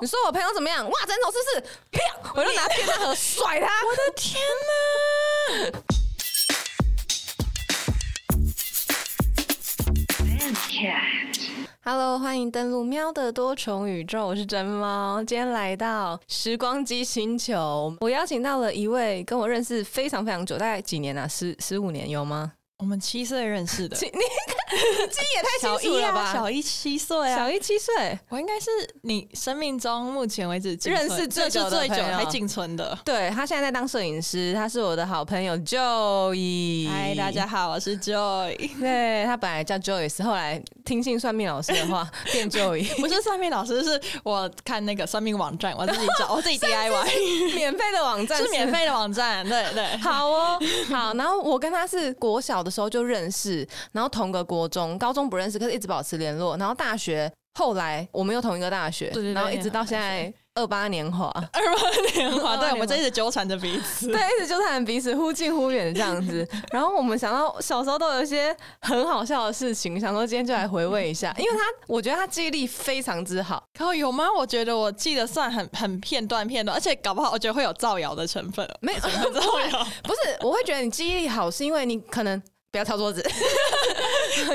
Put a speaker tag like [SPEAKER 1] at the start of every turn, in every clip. [SPEAKER 1] 你说我朋友怎么样？哇，枕头是不是？啪！我就拿电饭盒甩他。我的天哪！Hello，欢迎登录喵的多重宇宙，我是真猫。今天来到时光机星球，我邀请到了一位跟我认识非常非常久，大概几年啊？十十五年有吗？
[SPEAKER 2] 我们 七岁认识的，
[SPEAKER 1] 你你 记忆也太清
[SPEAKER 2] 小
[SPEAKER 1] 楚
[SPEAKER 2] 一
[SPEAKER 1] 了
[SPEAKER 2] 啊
[SPEAKER 1] 吧？
[SPEAKER 2] 小一七岁啊
[SPEAKER 1] 小，一七岁，
[SPEAKER 2] 我应该是你生命中目前为止仅存
[SPEAKER 1] 认识最久的
[SPEAKER 2] 这就最久
[SPEAKER 1] 朋友
[SPEAKER 2] 还仅存的。
[SPEAKER 1] 对他现在在当摄影师，他是我的好朋友 Joey。
[SPEAKER 2] 嗨，大家好，我是 Joy，
[SPEAKER 1] 对他本来叫 Joyce，后来听信算命老师的 话变 Joey，
[SPEAKER 2] 不是算命老师，是我看那个算命网站，我自己 找，我自己 DIY，
[SPEAKER 1] 免费的网站
[SPEAKER 2] 是免。费的网站，对对。
[SPEAKER 1] 好哦，好。然后我跟他是国小的时候就认识，然后同个国中、高中不认识，可是一直保持联络。然后大学后来我们又同一个大学，
[SPEAKER 2] 对对对
[SPEAKER 1] 然后一直到现在二八年华，
[SPEAKER 2] 二八年华，对，
[SPEAKER 1] 28
[SPEAKER 2] 我们这一直纠缠着彼此。
[SPEAKER 1] 对，一直就是很彼此忽近忽远的这样子。然后我们想到小时候都有一些很好笑的事情，想说今天就来回味一下，因为他我觉得他记忆力非常之好。
[SPEAKER 2] 可有吗？我觉得我记得算很很片段片段，而且搞不好我觉得会有造谣的成分。
[SPEAKER 1] 没有，
[SPEAKER 2] 造谣，
[SPEAKER 1] 不是，我会觉得你记忆力好，是因为你可能不要敲桌子，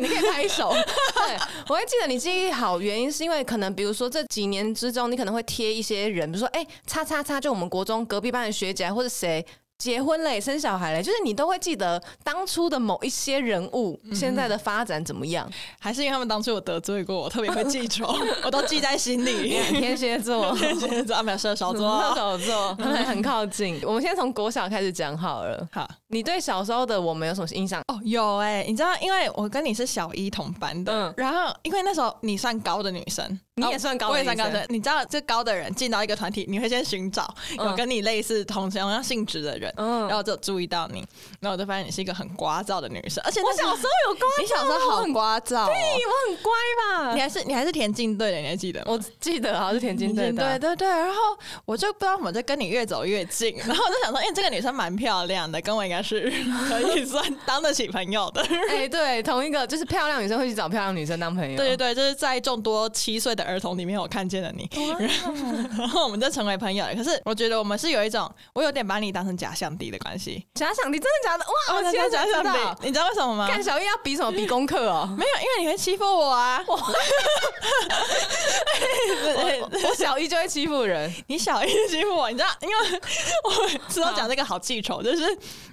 [SPEAKER 1] 你可以拍手。对，我会记得你记忆力好，原因是因为可能比如说这几年之中，你可能会贴一些人，比如说哎，叉叉叉，就我们国中隔壁班的学姐或者谁。结婚嘞，生小孩嘞，就是你都会记得当初的某一些人物，现在的发展怎么样？
[SPEAKER 2] 还是因为他们当初有得罪过我，特别会记 仇，我都记在心 里。，
[SPEAKER 1] 天蝎座
[SPEAKER 2] 天座，阿没有射手
[SPEAKER 1] 射
[SPEAKER 2] 座。
[SPEAKER 1] 手座，很靠近。我们先从国小开始讲好了。
[SPEAKER 2] 好
[SPEAKER 1] 你对小时候的我们有什么印象？
[SPEAKER 2] 哦，有哎、你知道，因为我跟你是小一同班的，
[SPEAKER 1] 嗯
[SPEAKER 2] 然后因为那时候你算高的女生，
[SPEAKER 1] 你也
[SPEAKER 2] 哦
[SPEAKER 1] 算高的
[SPEAKER 2] 我也算
[SPEAKER 1] 女
[SPEAKER 2] 高
[SPEAKER 1] 生
[SPEAKER 2] 的。你知道，这高的人进到一个团体，你会先寻找有
[SPEAKER 1] 嗯
[SPEAKER 2] 跟你类似同同样性质的人，
[SPEAKER 1] 嗯
[SPEAKER 2] 然后我就注意到你，然后我就发现你是一个很聒噪的女生，而且那
[SPEAKER 1] 我
[SPEAKER 2] 时候
[SPEAKER 1] 小时候有高，
[SPEAKER 2] 你小时候好聒噪、
[SPEAKER 1] 哎
[SPEAKER 2] 哦，
[SPEAKER 1] 我很乖
[SPEAKER 2] 你
[SPEAKER 1] 吧？
[SPEAKER 2] 还是你还是田径队的，你还记得吗？
[SPEAKER 1] 我记得好像是田径队的啊
[SPEAKER 2] 对，对对，然后我就不知道怎么就跟你越走越 近，然后我就想说，哎、这个女生蛮漂亮的，跟我应该 是可以算当得起朋友的。
[SPEAKER 1] 哎、对，同一个就是漂亮女生会去找漂亮女生当朋友，
[SPEAKER 2] 对对对，就是在众多七岁的儿童里面，我看见了你，然后我们就成为朋友了。可是我觉得我们是有一种，我有点把你当成假想敌的关系。
[SPEAKER 1] 假哦想敌真的假的？
[SPEAKER 2] 哦
[SPEAKER 1] 哇，我现在才
[SPEAKER 2] 假
[SPEAKER 1] 知
[SPEAKER 2] 想
[SPEAKER 1] 道
[SPEAKER 2] 敌，，你知道为什么吗？
[SPEAKER 1] 看小玉要比什么比功课 哦。
[SPEAKER 2] 没有，因为你会欺负我啊！ 我
[SPEAKER 1] 我我小一就会欺负人，
[SPEAKER 2] 你小一就欺负我，你知道，因为我之后讲这个好记仇，就是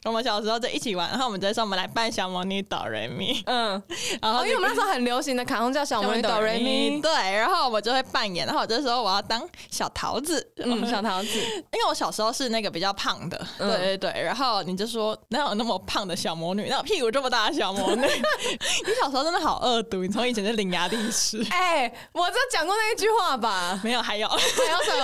[SPEAKER 2] 我们小时候就一起玩，然后我们就说我们来扮小魔女哆瑞咪，
[SPEAKER 1] 嗯，
[SPEAKER 2] 然后
[SPEAKER 1] 哦，因为我们那时候很流行的卡通叫小
[SPEAKER 2] 小
[SPEAKER 1] 魔
[SPEAKER 2] 魔
[SPEAKER 1] 女
[SPEAKER 2] 女
[SPEAKER 1] 哆
[SPEAKER 2] 哆
[SPEAKER 1] 瑞
[SPEAKER 2] 瑞咪，
[SPEAKER 1] 咪，
[SPEAKER 2] 对，然后我就会扮演，然后我就说我要当小桃子，
[SPEAKER 1] 嗯，小桃子，
[SPEAKER 2] 因为我小时候是那个比较胖的，
[SPEAKER 1] 嗯
[SPEAKER 2] 对对对，然后你就说哪有那么胖的小魔女，哪有屁股这么大的小魔女？ 你小时候真的好恶毒，你从以前就伶牙俐齿，
[SPEAKER 1] 哎、我这讲过那一句话吧？
[SPEAKER 2] 没有，还有
[SPEAKER 1] 还有什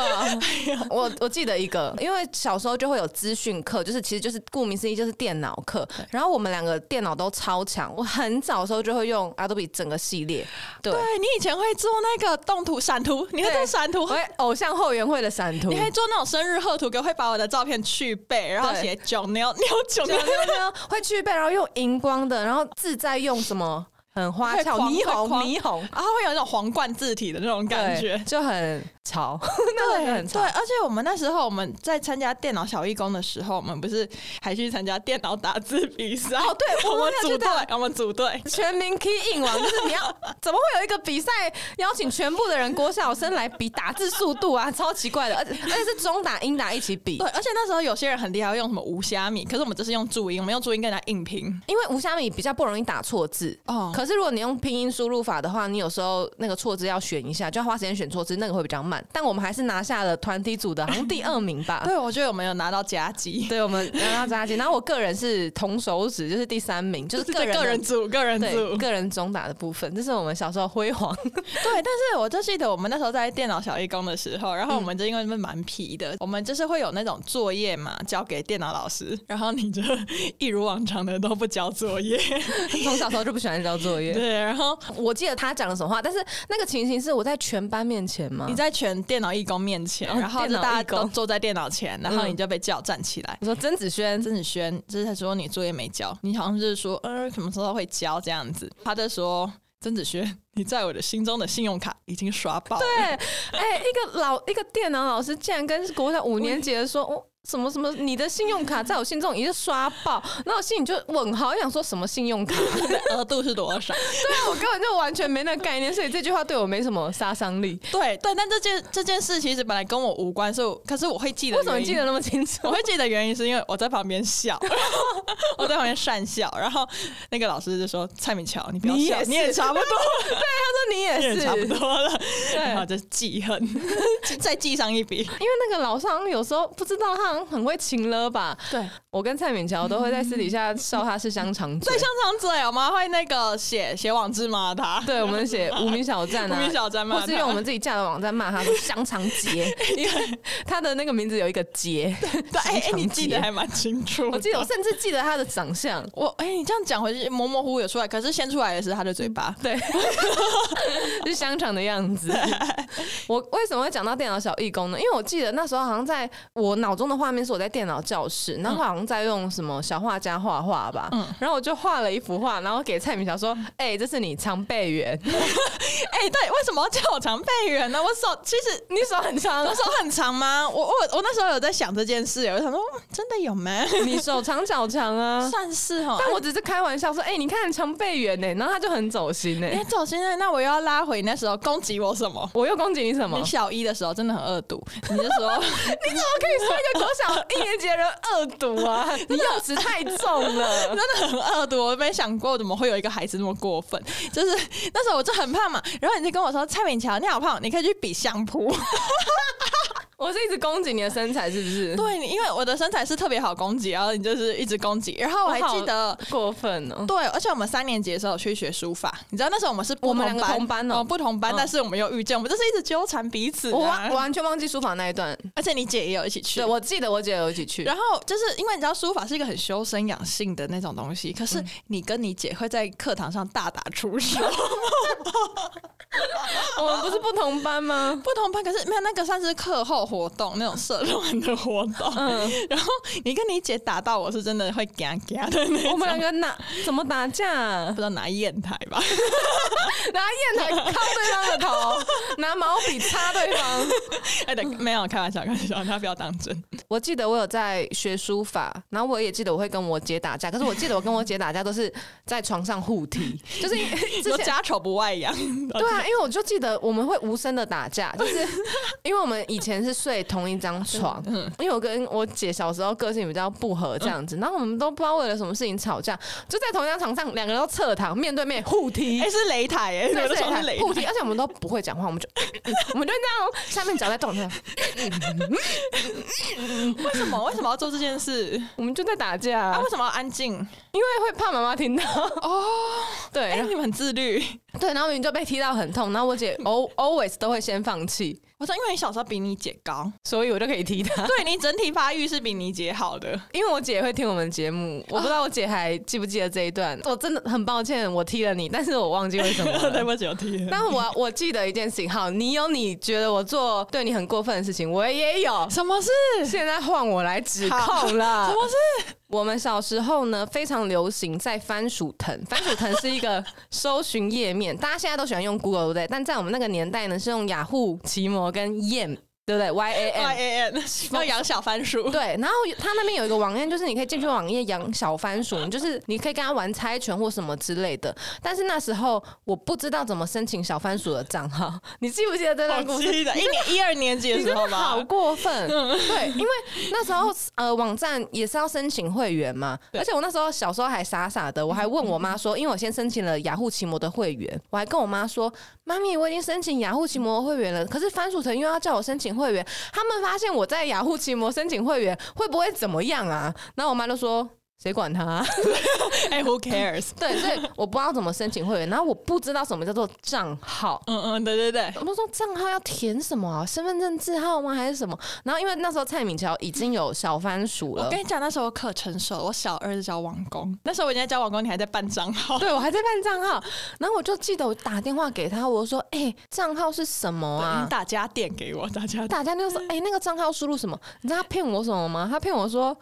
[SPEAKER 1] 么？我我记得一个，因为小时候就会有资讯课，就是其实就是顾名思义就是电脑课。然后我们两个电脑都超强，我很早的时候就会用 Adobe 整个系列，对，
[SPEAKER 2] 对啊你以前会做那个动图闪图，你会做
[SPEAKER 1] 对
[SPEAKER 2] 闪图
[SPEAKER 1] 我，会偶像后援会的闪图。
[SPEAKER 2] 你还做那种生日贺图给我，会把我的照片去背，然后
[SPEAKER 1] 对
[SPEAKER 2] 写九妞妞九
[SPEAKER 1] 有
[SPEAKER 2] 妞
[SPEAKER 1] 没有，没有会去背，然后用荧光的，然后自在用什么很花
[SPEAKER 2] 会
[SPEAKER 1] 俏
[SPEAKER 2] 框
[SPEAKER 1] 霓
[SPEAKER 2] 会
[SPEAKER 1] 虹
[SPEAKER 2] 框
[SPEAKER 1] 霓虹
[SPEAKER 2] 然后会有一种皇冠字体的那种
[SPEAKER 1] 对
[SPEAKER 2] 感觉。
[SPEAKER 1] 就很潮， 那
[SPEAKER 2] 对
[SPEAKER 1] 个很
[SPEAKER 2] 对，
[SPEAKER 1] 潮。
[SPEAKER 2] 而且我们那时候我们在参加电脑小义工的时候，我们不是还去参加电脑打字比赛？哦，
[SPEAKER 1] 对我 们
[SPEAKER 2] 我们
[SPEAKER 1] 有去
[SPEAKER 2] 组队
[SPEAKER 1] 打，
[SPEAKER 2] 我们组队。
[SPEAKER 1] 全民 key in 王， 就是你要怎么会有一个比赛邀请全部的人国小生来比打字速度啊， 超奇怪的，而且而且是中打英打一起比
[SPEAKER 2] 对，，而且那时候有些人很厉害，用什么无虾米，可是我们就是用注音，我们用注音跟人家硬拼。
[SPEAKER 1] 因为无虾米比较不容易打错字。
[SPEAKER 2] 哦
[SPEAKER 1] 可是如果你用拼音输入法的话，你有时候那个错字要选一下，就要花时间选错字，那个会比较慢。但我们还是拿下了团体组的，好像第二名吧。
[SPEAKER 2] 对，我觉得我们有拿到佳绩，
[SPEAKER 1] 对，我们拿到扎金。然后我个人是铜手指，就是第三名， 就是个
[SPEAKER 2] 个
[SPEAKER 1] 人的
[SPEAKER 2] 个人组，个人
[SPEAKER 1] 对
[SPEAKER 2] 组。
[SPEAKER 1] 个人中打的部分，这是我们小时候辉煌。
[SPEAKER 2] 对，但是我就记得我们那时候在电脑小义工的时候，然后我们就因为那边蛮皮的，我们就是会有那种作业嘛，交给电脑老师，然后你就 一如往常的都不交作业，
[SPEAKER 1] 从小时候就不喜欢交作业，
[SPEAKER 2] 对，然后
[SPEAKER 1] 我记得他讲了什么话，但是那个情形是我在全班面前嘛，
[SPEAKER 2] 你在全电脑义工面前，
[SPEAKER 1] 哦
[SPEAKER 2] 然后就
[SPEAKER 1] 电脑
[SPEAKER 2] 大家
[SPEAKER 1] 义工
[SPEAKER 2] 都坐啊在电脑前，然后
[SPEAKER 1] 嗯
[SPEAKER 2] 你就被叫站起来。
[SPEAKER 1] 我说曾子轩，
[SPEAKER 2] 曾子轩就是他说你作业没交，你好像就是说，呃，什么时候会交这样子？他就说曾子轩，你在我的心中的信用卡已经刷爆了。
[SPEAKER 1] 对， 哎、一个老一个电脑老师竟然跟国小五年级的说，哦，什么什么，你的信用卡在我心中已经刷爆， 那我心里就问号，我想说什么信 用卡？
[SPEAKER 2] 额度是多少？
[SPEAKER 1] 对我根本就完全没那个概念，所以这句话对我没什么杀伤力。
[SPEAKER 2] 对对，但这件这件事其实本来跟我无关，所以我可是我会记 得。
[SPEAKER 1] 为什么记得？那么清楚
[SPEAKER 2] 我？会记得原因是因为我在旁边笑， 我在旁边讪笑，然后那个老师就说：“蔡敏乔，你不要
[SPEAKER 1] 你
[SPEAKER 2] 笑，
[SPEAKER 1] 也
[SPEAKER 2] 你也
[SPEAKER 1] 是
[SPEAKER 2] 差不多，
[SPEAKER 1] 那你也
[SPEAKER 2] 你也
[SPEAKER 1] 是，
[SPEAKER 2] 差不多了。”
[SPEAKER 1] 对
[SPEAKER 2] 然后就记恨， 记再记上一笔。
[SPEAKER 1] 因为那个老师好像有时候不知道，他好像很会情了吧？
[SPEAKER 2] 对，
[SPEAKER 1] 我跟蔡敏乔都会在私底下笑他是香肠嘴
[SPEAKER 2] 对，。香肠嘴，我们会那个写写网志骂他，
[SPEAKER 1] 对，我们写 无名小站啊，
[SPEAKER 2] 无名小站骂
[SPEAKER 1] 或
[SPEAKER 2] 他
[SPEAKER 1] 是用我们自己架的网站骂 他说香肠节，因为 他的那个名字有一个节。
[SPEAKER 2] 对，哎、哎，你记得
[SPEAKER 1] 香肠节？
[SPEAKER 2] 还蛮清楚。
[SPEAKER 1] 我记得，我甚至记得他的长相。
[SPEAKER 2] 我哎、你这样讲回去模模糊糊有出来，可是先出来的是他的嘴巴。
[SPEAKER 1] 对，是香肠的样 子。我为什么会讲到电脑小义工呢？因为我记得那时候好像在我脑中的画面是我在电脑教室，然后好像在用什么小画家画画吧，
[SPEAKER 2] 嗯
[SPEAKER 1] 然后我就画了一幅画，然后给蔡明乔说：“哎、这是你常备 员，
[SPEAKER 2] 哎、对，为什么要叫我长辈人呢？我手其实
[SPEAKER 1] 你手很长啊
[SPEAKER 2] 我，手很长吗？我我我那时候有在想这件事，我想说嗯真的有吗？
[SPEAKER 1] 你手长脚长啊。”
[SPEAKER 2] 算是哦哈。
[SPEAKER 1] 但我只是开玩笑说：“哎、你看常备员呢。”然后他就很走心呢、
[SPEAKER 2] 哎，走现在，那我又要拉回那时候攻击我什么？
[SPEAKER 1] 我又攻击你什么？
[SPEAKER 2] 你
[SPEAKER 1] 你
[SPEAKER 2] 小一的时候真的很恶毒，你就 说
[SPEAKER 1] 怎么可以说一个国小一年级的人恶毒 啊？你用词太重 了。
[SPEAKER 2] 真的很恶毒，我没想过怎么会有一个孩子那么过分。就是那时候我就很胖嘛，然后你就跟我说蔡敏乔你好胖，你可以去比相扑。
[SPEAKER 1] 我是一直攻击你的身材，是不是？
[SPEAKER 2] 对，你因为我的身材是特别好攻击，然后你就是一直攻击，然后我还记得。
[SPEAKER 1] 过分哦、
[SPEAKER 2] 对，而且我们三年级的时候有去学书法，你知道那时候我们是不
[SPEAKER 1] 我们两个
[SPEAKER 2] 班
[SPEAKER 1] 同班哦
[SPEAKER 2] 不同班，
[SPEAKER 1] 嗯
[SPEAKER 2] 但是我们又遇见，我们就是一直纠缠彼此、
[SPEAKER 1] 我
[SPEAKER 2] 啊
[SPEAKER 1] 完。完全忘记书法那一段。
[SPEAKER 2] 而且你姐也有一起去
[SPEAKER 1] 对，，我记得我姐有一起去。
[SPEAKER 2] 然后就是因为你知道书法是一个很修身养性的那种东西，可是你跟你姐会在课堂上大打出 手，
[SPEAKER 1] 我们不是不同班 吗？
[SPEAKER 2] 不同班，可是没有那个算是课后活动那种社团的活动。
[SPEAKER 1] 嗯，
[SPEAKER 2] 然后你跟你姐打到我是真的会嘎嘎的那种，
[SPEAKER 1] 我们两个哪怎么打架、啊
[SPEAKER 2] 不？知道拿砚台吧，
[SPEAKER 1] 拿砚台敲对方的 头，拿毛笔擦对方。
[SPEAKER 2] 哎，对，没有开玩笑，开玩笑，他不要当真。
[SPEAKER 1] 我记得我有在学书法，然后我也记得我会跟我姐打架，可是我记得我跟我姐打架都是在床上互踢，就是因为之
[SPEAKER 2] 说
[SPEAKER 1] 前
[SPEAKER 2] 家丑不外 扬，
[SPEAKER 1] 对啊，因为我就记得我们会无声的打架，就是因为我们以前是睡同一张床，因为我跟我姐小时候个性比较不合这样子，然后我们都不知道为了什么事情吵架，就在同一张床上，两个人都侧躺面对面互 踢。
[SPEAKER 2] 哎，是擂台哎，
[SPEAKER 1] 对
[SPEAKER 2] 我的
[SPEAKER 1] 对
[SPEAKER 2] 床是
[SPEAKER 1] 对，
[SPEAKER 2] 擂
[SPEAKER 1] 互
[SPEAKER 2] 台，
[SPEAKER 1] 踢，而且我们都不会讲话，我们就 我们就这样哦，下面脚在动，这样
[SPEAKER 2] 为什么为什么要做这件事？
[SPEAKER 1] 我们就在打架
[SPEAKER 2] 啊，
[SPEAKER 1] 啊，
[SPEAKER 2] 为什么要安静？
[SPEAKER 1] 因为会怕妈妈听到哦。 对，
[SPEAKER 2] 哎，
[SPEAKER 1] 然后
[SPEAKER 2] 你们很自律。
[SPEAKER 1] 对，然后你就被踢到很痛，然后我姐 al always 都会先放弃，
[SPEAKER 2] 我说，因为你小时候比你姐高，
[SPEAKER 1] 所以我就可以踢她。
[SPEAKER 2] 对你整体发育是比你姐好的。
[SPEAKER 1] 因为我姐也会听我们节目，我不知道我姐还记不记得这一段。啊我真的很抱歉，我踢了你，但是我忘记为什么
[SPEAKER 2] 对
[SPEAKER 1] 了。
[SPEAKER 2] 不起，我踢了。
[SPEAKER 1] 但我我记得一件事情，好，你有你觉得我做对你很过分的事情，我也有。
[SPEAKER 2] 什么事？
[SPEAKER 1] 现在换我来指控 了。什么事？我们小时候呢，非常流行在番薯藤。番薯藤是一个搜寻页面， 大家现在都喜欢用 Google 对不对？但在我们那个年代呢，是用雅虎、奇摩跟 Yam，对不对？Y A M
[SPEAKER 2] Y。A N 要养小番薯，
[SPEAKER 1] 对，然后他那边有一个网页，就是你可以进去网页养小番薯，你就是你可以跟他玩猜拳或什么之类的。但是那时候我不知道怎么申请小番薯的账号，你记不记得这 段故
[SPEAKER 2] 我
[SPEAKER 1] 事？
[SPEAKER 2] 记得一年一二年级的
[SPEAKER 1] 你
[SPEAKER 2] 时
[SPEAKER 1] 真
[SPEAKER 2] 候
[SPEAKER 1] 的
[SPEAKER 2] 嗯吧
[SPEAKER 1] 好。过分，对，因为那时候呃网站也是要申请会员嘛，
[SPEAKER 2] 对
[SPEAKER 1] 而且我那时候小时候还傻傻的，我还问我妈说，因为我先申请了雅虎奇摩的会员，我还跟我妈说，妈咪，我已经申请雅虎奇摩的会员了，可是番薯藤又要叫我申请会员，他们发现我在雅虎奇摩申请会员会不会怎么样啊？然后我妈就说。谁管他、
[SPEAKER 2] 哎，Who cares？
[SPEAKER 1] 对，所以我不知道怎么申请会员，然后我不知道什么叫做账号，
[SPEAKER 2] 嗯嗯，对对对，
[SPEAKER 1] 我们说账号要填什么啊？身份证字号吗？还是什么？然后因为那时候蔡敏乔已经有小番薯
[SPEAKER 2] 我
[SPEAKER 1] 了
[SPEAKER 2] 跟，你讲，那时候我可成熟了，我小儿子教网工，那时候我已经在教网工，你还在办账号。
[SPEAKER 1] 对我还在办账号，然后我就记得我打电话给他，我说：“哎、账号是什么啊
[SPEAKER 2] 你？”打家电给我，打家电。
[SPEAKER 1] 大家就说：“哎、那个账号输入什么？”你知道他骗我什么吗？他骗我说。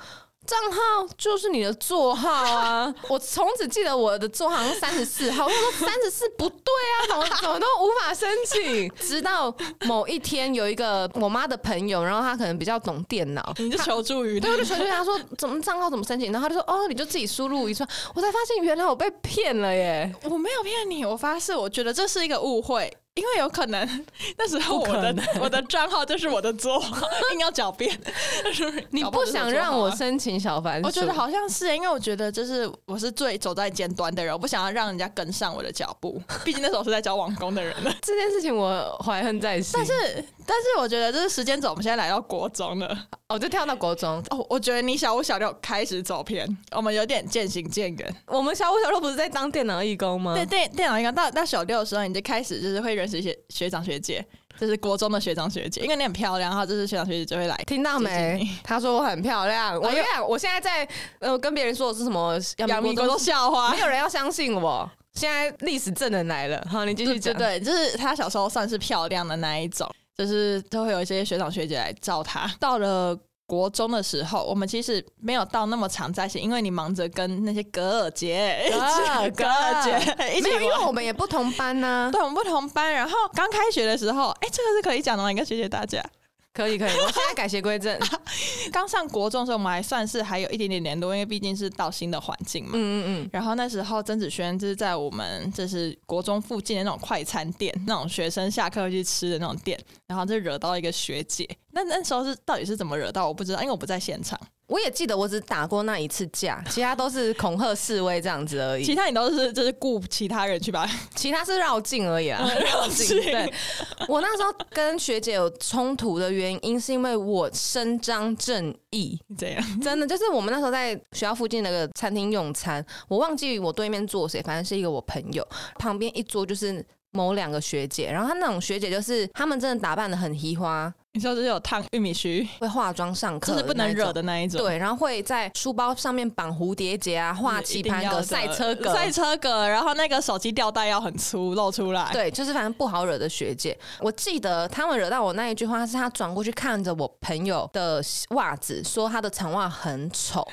[SPEAKER 1] 账号就是你的座号啊！ 我从此记得我的座号好像三十四号，我想说三十四不对啊，怎么怎么都无法申请。直到某一天，有一个我妈的朋友，然后他可能比较懂电脑，
[SPEAKER 2] 你就求助于他
[SPEAKER 1] 对，我就求求他说怎么账号怎么申请，然后他就说哦，你就自己输入一串，我才发现原来我被骗了耶！
[SPEAKER 2] 我没有骗你，我发誓，我觉得这是一个误会，因为有可能那时候我的我的账号就是我的座 号，硬要狡 辩，
[SPEAKER 1] 你
[SPEAKER 2] 搞好
[SPEAKER 1] 不
[SPEAKER 2] 就是
[SPEAKER 1] 想
[SPEAKER 2] 座号
[SPEAKER 1] 让我
[SPEAKER 2] 啊
[SPEAKER 1] 申请小凡。
[SPEAKER 2] 我觉得好像是，因为我觉得就是我是最走在尖端的人，我不想要让人家跟上我的脚步，毕竟那时候是在交网工的人了
[SPEAKER 1] 这件事情我怀恨在心，
[SPEAKER 2] 但是，但是我觉得就是时间走，我们现在来到国中了。
[SPEAKER 1] 我就跳到国中，
[SPEAKER 2] 哦，我觉得你小五小六开始走偏，哦我们有点渐行渐远。
[SPEAKER 1] 我们小五小六不是在当电脑义工吗？
[SPEAKER 2] 对，电电脑应该到到小六的时候，你就开始就是会认识一些学长学姐，就是国中的学长学姐，因为你很漂亮，然后就是学长学姐就会来。
[SPEAKER 1] 听到
[SPEAKER 2] 谢谢
[SPEAKER 1] 没
[SPEAKER 2] 你？
[SPEAKER 1] 他说我很漂亮。我跟
[SPEAKER 2] 哎
[SPEAKER 1] 你
[SPEAKER 2] 呦
[SPEAKER 1] 讲，我现在在呃跟别人说我是什么
[SPEAKER 2] 杨明国
[SPEAKER 1] 国
[SPEAKER 2] 中校花，
[SPEAKER 1] 没有人要相信我。现在历史证人来了，好，你 继续
[SPEAKER 2] 对对
[SPEAKER 1] 讲。
[SPEAKER 2] 对，就是她小时候算是漂亮的那一种，就是都会有一些学长学姐来照她。到了国中的时候，我们其实没有到那么常在一起，因为你忙着跟那些格尔杰、
[SPEAKER 1] 啊格 尔
[SPEAKER 2] 格尔杰一起
[SPEAKER 1] 没有，因为
[SPEAKER 2] 玩。
[SPEAKER 1] 我们也不同班 呢、
[SPEAKER 2] 对，我们不同班，然后刚开学的时候，哎、这个是可以讲的吗？你跟学姐打架。
[SPEAKER 1] 可以可以，我现在改邪归 正。
[SPEAKER 2] 刚上国中的时候，我们还算是还有一点点联络，因为毕竟是到新的环境嘛。
[SPEAKER 1] 嗯嗯
[SPEAKER 2] 然后那时候曾子轩就是在我们就是国中附近的那种快餐店，那种学生下课会去吃的那种店，然后就惹到一个学姐。那那时候是到底是怎么惹到，我不知道，因为我不在现场。
[SPEAKER 1] 嗯，我也记得我只打过那一次架，其他都是恐吓示威这样子而已
[SPEAKER 2] 其。他你都是就是雇其他人去 吧，
[SPEAKER 1] 其他是绕境而已啦，嗯 绕
[SPEAKER 2] 境
[SPEAKER 1] 对， 我那时候跟学姐有冲突的原因，是因为我伸张正义，
[SPEAKER 2] 这样
[SPEAKER 1] 真的就是我们那时候在学校附近那个餐厅用餐，我忘记我对面坐谁，反正是一个我朋友，旁边一桌就是某两个学姐，然后她那种学姐就是她们真的打扮的很奇花，
[SPEAKER 2] 你说就是有烫玉米须，
[SPEAKER 1] 会化妆上课，
[SPEAKER 2] 就是不能惹。的那一种。。
[SPEAKER 1] 对，然后会在书包上面绑蝴蝶结啊，
[SPEAKER 2] 嗯
[SPEAKER 1] 画棋盘格、赛车格、
[SPEAKER 2] 赛车格，然后那个手机吊带要很粗露出来，
[SPEAKER 1] 对，就是反正不好惹的学姐。我记得他们惹到我那一句话是，他转过去看着我朋友的袜子，说他的长袜很丑。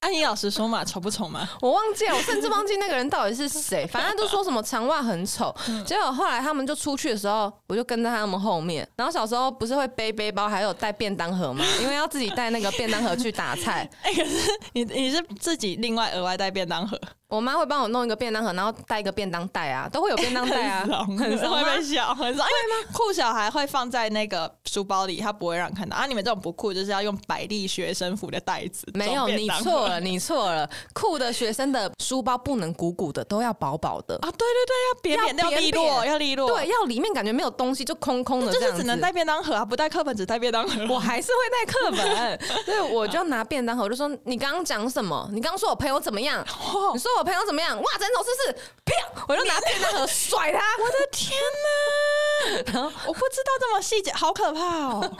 [SPEAKER 2] 安妮老师说嘛，丑不丑嘛？
[SPEAKER 1] 我忘记了，我甚至忘记那个人到底是谁，反正就说什么长袜很丑。
[SPEAKER 2] 嗯
[SPEAKER 1] 结果后来他们就出去的时候，我就跟在他们后面。然后小时候不是会背背包，还有带便当盒吗？因为要自己带那个便当盒去打菜。
[SPEAKER 2] 哎、可是你你是自己另外额外带便当盒，
[SPEAKER 1] 我妈会帮我弄一个便当盒，然后带一个便当袋啊，都会有便当袋啊，
[SPEAKER 2] 很
[SPEAKER 1] 怂
[SPEAKER 2] 会
[SPEAKER 1] 吗
[SPEAKER 2] 被笑，很怂。因为酷小孩会放在那个书包里，他不会让你看到啊。你们这种不酷，就是要用百丽学生服的袋子。
[SPEAKER 1] 没有，
[SPEAKER 2] 装
[SPEAKER 1] 你
[SPEAKER 2] 便当
[SPEAKER 1] 错 了，你错了。酷的学生的书包不能鼓鼓的，都要薄薄的。
[SPEAKER 2] 啊！对对对，要扁
[SPEAKER 1] 要
[SPEAKER 2] 扁，要利
[SPEAKER 1] 扁
[SPEAKER 2] 落，
[SPEAKER 1] 扁
[SPEAKER 2] 要利落。
[SPEAKER 1] 对，，要里面感觉没有东西，就空空的
[SPEAKER 2] 就
[SPEAKER 1] 这样
[SPEAKER 2] 是
[SPEAKER 1] 子。
[SPEAKER 2] 只能带便当盒啊，不带课本，只带便当盒。
[SPEAKER 1] 我还是会带课 本，所以我就拿便当盒，我就说你刚刚讲什么？你刚刚说我朋友怎么 样？
[SPEAKER 2] 哦
[SPEAKER 1] 你说我朋友怎么样？哇，枕头是不是？啪！我就拿便 当盒甩他。
[SPEAKER 2] 我的天哪！
[SPEAKER 1] 然后
[SPEAKER 2] 我不知道这么细节，好可 怕哦！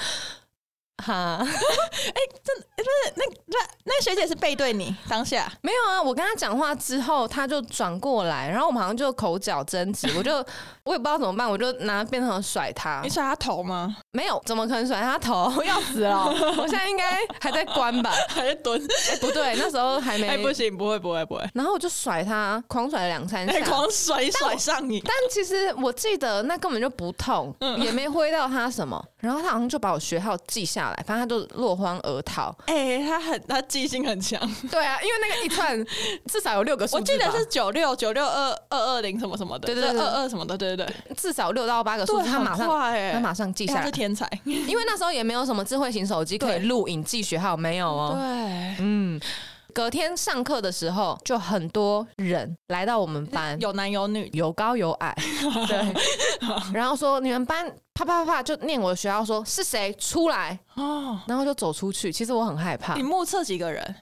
[SPEAKER 1] 哈，
[SPEAKER 2] 那那学姐是背对你当下，
[SPEAKER 1] 没有啊，我跟他讲话之后，他就转过来，然后我们好像就口角争执，我就我也不知道怎么办，我就拿便当盒甩他
[SPEAKER 2] 你。甩她头吗？
[SPEAKER 1] 没有，怎么可能甩他头？要死了！哦 我现在应该还在关 吧？
[SPEAKER 2] 还是蹲？
[SPEAKER 1] 哎不对，那时候还没。
[SPEAKER 2] 哎，不行，不会，不会，不会！
[SPEAKER 1] 然后我就甩他，狂甩了两三下
[SPEAKER 2] 哎，。狂甩甩上你，
[SPEAKER 1] 但其实我记得那根本就不痛，
[SPEAKER 2] 嗯
[SPEAKER 1] 也没挥到他什么。然后他好像就把我学号记下来，反正他就落荒而 逃。
[SPEAKER 2] 哎，他很，他记性很强。
[SPEAKER 1] 对啊，因为那个一串至少有六个数
[SPEAKER 2] 我
[SPEAKER 1] 字
[SPEAKER 2] 记
[SPEAKER 1] 吧，
[SPEAKER 2] 得是九六九六二二二零什么什么的，
[SPEAKER 1] 对对对
[SPEAKER 2] 二二什么的，对对对，
[SPEAKER 1] 至少六到八个数字，
[SPEAKER 2] 对
[SPEAKER 1] 他
[SPEAKER 2] 很
[SPEAKER 1] 马上
[SPEAKER 2] 快欸
[SPEAKER 1] 他马上记
[SPEAKER 2] 欸
[SPEAKER 1] 下
[SPEAKER 2] 他是
[SPEAKER 1] 来，
[SPEAKER 2] 天才，
[SPEAKER 1] 因为那时候也没有什么智慧型手机可以
[SPEAKER 2] 对
[SPEAKER 1] 录影记学号，没有哦。
[SPEAKER 2] 对，
[SPEAKER 1] 嗯，隔天上课的时候，就很多人来到我们班，
[SPEAKER 2] 有男有女，
[SPEAKER 1] 有高有 矮，对，然后说你们班啪啪啪啪就念我的学校说是谁出来，
[SPEAKER 2] 哦，
[SPEAKER 1] 然后就走出去。其实我很害怕
[SPEAKER 2] 你，目测几个人？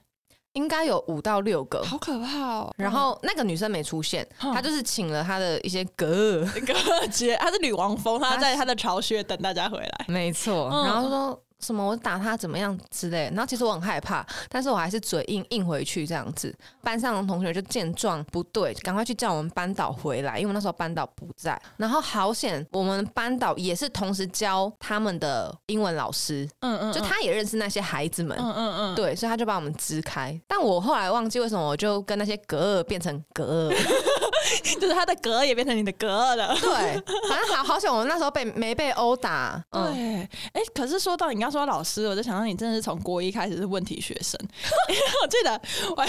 [SPEAKER 1] 应该有五到六个。
[SPEAKER 2] 好可怕哦！
[SPEAKER 1] 然后那个女生没出现，
[SPEAKER 2] 嗯
[SPEAKER 1] 她就是请了她的一些哥，
[SPEAKER 2] 那个姐，她是女王蜂，她
[SPEAKER 1] 她
[SPEAKER 2] 在她的巢穴等大家回来，
[SPEAKER 1] 没错，
[SPEAKER 2] 嗯
[SPEAKER 1] 然后说什么我打他怎么样之类的，然后其实我很害怕，但是我还是嘴硬硬回去这样子。班上的同学就见状不对，赶快去叫我们班导回来，因为那时候班导不在。然后好险，我们班导也是同时教他们的英文老师，
[SPEAKER 2] 嗯嗯，
[SPEAKER 1] 就他也认识那些孩子们。
[SPEAKER 2] 嗯，嗯嗯嗯，
[SPEAKER 1] 对，所以他就把我们支开，但我后来忘记为什么我就跟那些隔二变成隔二，
[SPEAKER 2] 就是他的格也变成你的格 了。
[SPEAKER 1] 对，反正好好险，我那时候被没被殴打，
[SPEAKER 2] 对，
[SPEAKER 1] 嗯，
[SPEAKER 2] 哎、可是说到你刚说到老师，我就想到你真的是从国一开始是问题学生。 我记得我还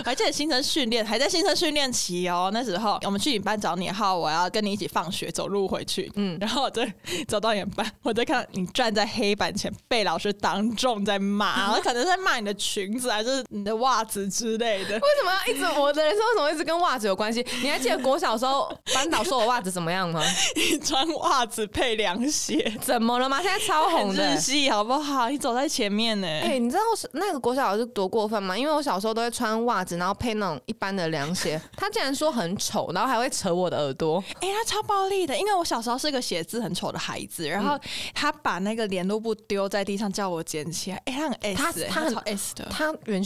[SPEAKER 2] 我还记得新生训练，还在新生训练期哦。那时候我们去你班找你，然后我要跟你一起放学走路回去，嗯
[SPEAKER 1] 嗯，
[SPEAKER 2] 然后我就走到你的班，我就看到你站在黑板前被老师当众在 骂，我可能在骂你的裙子还是你的袜子之类的。
[SPEAKER 1] 为 什么要一直我的人生为什么一直跟袜子有关系？你还记得国小的时候班导说我袜子怎么样 吗？
[SPEAKER 2] 你穿袜子配凉鞋，
[SPEAKER 1] 怎么了吗？现在 超红
[SPEAKER 2] 很
[SPEAKER 1] 的、
[SPEAKER 2] 日系好不好？你走在前面呢、
[SPEAKER 1] 哎、你知道是那个国小老师多过分吗？因为我小时候都会穿袜子，然后配那种一般的凉 鞋，他竟然说很丑，然后还会扯我的耳朵。
[SPEAKER 2] 哎、他超暴力的，因为我小时候是个写字很丑的孩子，然
[SPEAKER 1] 嗯
[SPEAKER 2] 后他把那个联络簿丢在地上，叫我捡起来。哎、他很 S，、欸、
[SPEAKER 1] 他很
[SPEAKER 2] 超 S 的，
[SPEAKER 1] 他原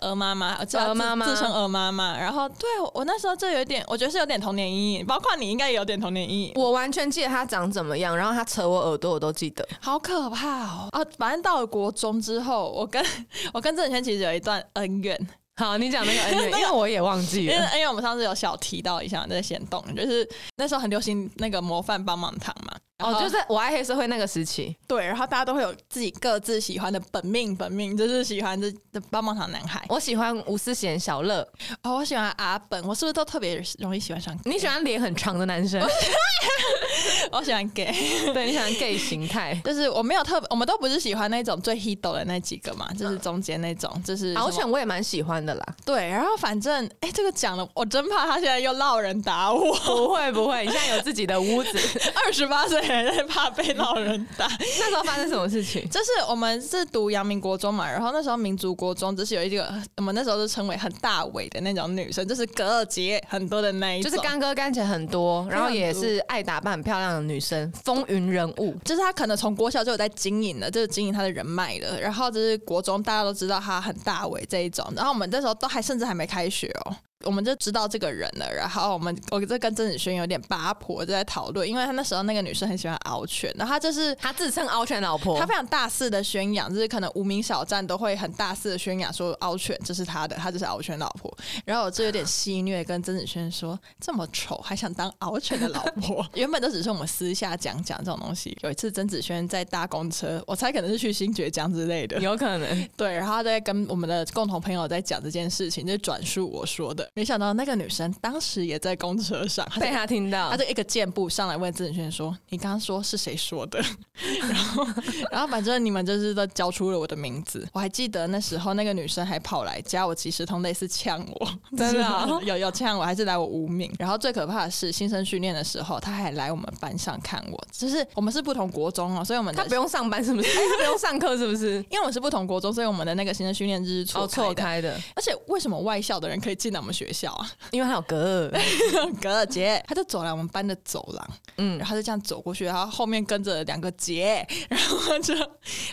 [SPEAKER 2] 鹅妈妈，我知道
[SPEAKER 1] 鹅妈妈
[SPEAKER 2] 啊自自称鹅妈妈。然后对我我那时候就有点，我觉得是有点童年阴影，包括你应该也有点童年阴影。
[SPEAKER 1] 我完全记得他长怎么样，然后他扯我耳朵，我都记得。
[SPEAKER 2] 好可怕哦！啊，反正到了国中之后，我跟我跟郑轩其实有一段恩怨，
[SPEAKER 1] 好，你讲那个恩
[SPEAKER 2] 那
[SPEAKER 1] 怨，
[SPEAKER 2] 个
[SPEAKER 1] 因为我也忘记
[SPEAKER 2] 因 为
[SPEAKER 1] 了。
[SPEAKER 2] 因为我们上次有小提到一下那个行动，就是那时候很流行那个模范棒棒糖嘛。然
[SPEAKER 1] 哦，
[SPEAKER 2] 后
[SPEAKER 1] 就是我爱黑社会那个时期，
[SPEAKER 2] 对，然后大家都会有自己各自喜欢的本命，本命就是喜欢这这棒棒糖男孩。
[SPEAKER 1] 我喜欢吴思贤、小乐。
[SPEAKER 2] 哦，我喜欢阿本，我是不是都特别容易喜欢上？
[SPEAKER 1] 你喜欢脸很长的男 生，
[SPEAKER 2] 我喜欢 gay，
[SPEAKER 1] 对，你喜欢 gay 形态。
[SPEAKER 2] 就是我没有特别，我们都不是喜欢那种最 hit 的那几个
[SPEAKER 1] 嗯
[SPEAKER 2] 嘛，就是中间那种，就是
[SPEAKER 1] 敖
[SPEAKER 2] 什么
[SPEAKER 1] 犬我也蛮喜欢的啦，
[SPEAKER 2] 对。然后反正哎，这个讲了，我真怕他现在又闹人打我。
[SPEAKER 1] 不会不会，你现在有自己的屋子。
[SPEAKER 2] 二十八岁还在怕被闹人打，
[SPEAKER 1] 那时候发生什么事情？
[SPEAKER 2] 就是我们是读阳明国中嘛，然后那时候民族国中就是有一个，我们那时候就称为很大尾的那种女生，就是隔二节很多的那一
[SPEAKER 1] 就
[SPEAKER 2] 种，
[SPEAKER 1] 是干哥干姐很多，然后也是爱打扮、很漂亮的女生，风云人物。
[SPEAKER 2] 就是他可能从国小就有在经营了，就是经营他的人脉了。然后就是国中大家都知道他很大伟这一种，然后我们那时候都还甚至还没开学哦。我们就知道这个人了，然后我们我就跟郑子轩有点八婆就在讨论，因为他那时候那个女生很喜欢敖犬，然后他就是
[SPEAKER 1] 她自称敖犬老婆
[SPEAKER 2] 他非常大肆的宣扬，就是可能无名小站都会很大肆的宣扬说敖犬这是他的，他就是敖犬老婆。然后我就有点戏虐，跟曾子轩说这么丑还想当敖犬的老婆。原本都只是我们私下讲讲这种东西。有一次曾子轩在搭公车，我猜可能是去新爵江之类的，
[SPEAKER 1] 有可能。
[SPEAKER 2] 对，然后他在跟我们的共同朋友在讲这件事情，就转述我说的。没想到那个女生当时也在公车上，她就
[SPEAKER 1] 被他听到
[SPEAKER 2] 他，就一个箭步上来问郑轩说：“你刚刚说是谁说的？” 然后，然后反正你们就是都交出了我的名字。我还记得那时候那个女生还跑来加我即时通，类似呛我，
[SPEAKER 1] 真的啊
[SPEAKER 2] 有有呛我，还是来我无名。然后最可怕的是新生训练的时候，他还来我们班上看我，就是我们是不同国中哦，所以我们的
[SPEAKER 1] 他不用上班是不是？ 哎，他不用上课是不是？
[SPEAKER 2] 因为我们是不同国中，所以我们的那个新生训练日是错
[SPEAKER 1] 哦，错
[SPEAKER 2] 的。
[SPEAKER 1] 开的，
[SPEAKER 2] 而且为什么外校的人可以进到我们学校啊？
[SPEAKER 1] 因为他有隔二。
[SPEAKER 2] 隔了节，他就走来我们班的走廊，嗯，
[SPEAKER 1] 嗯
[SPEAKER 2] 然后他就这样走过去，然后后面跟着两个杰， 然后他就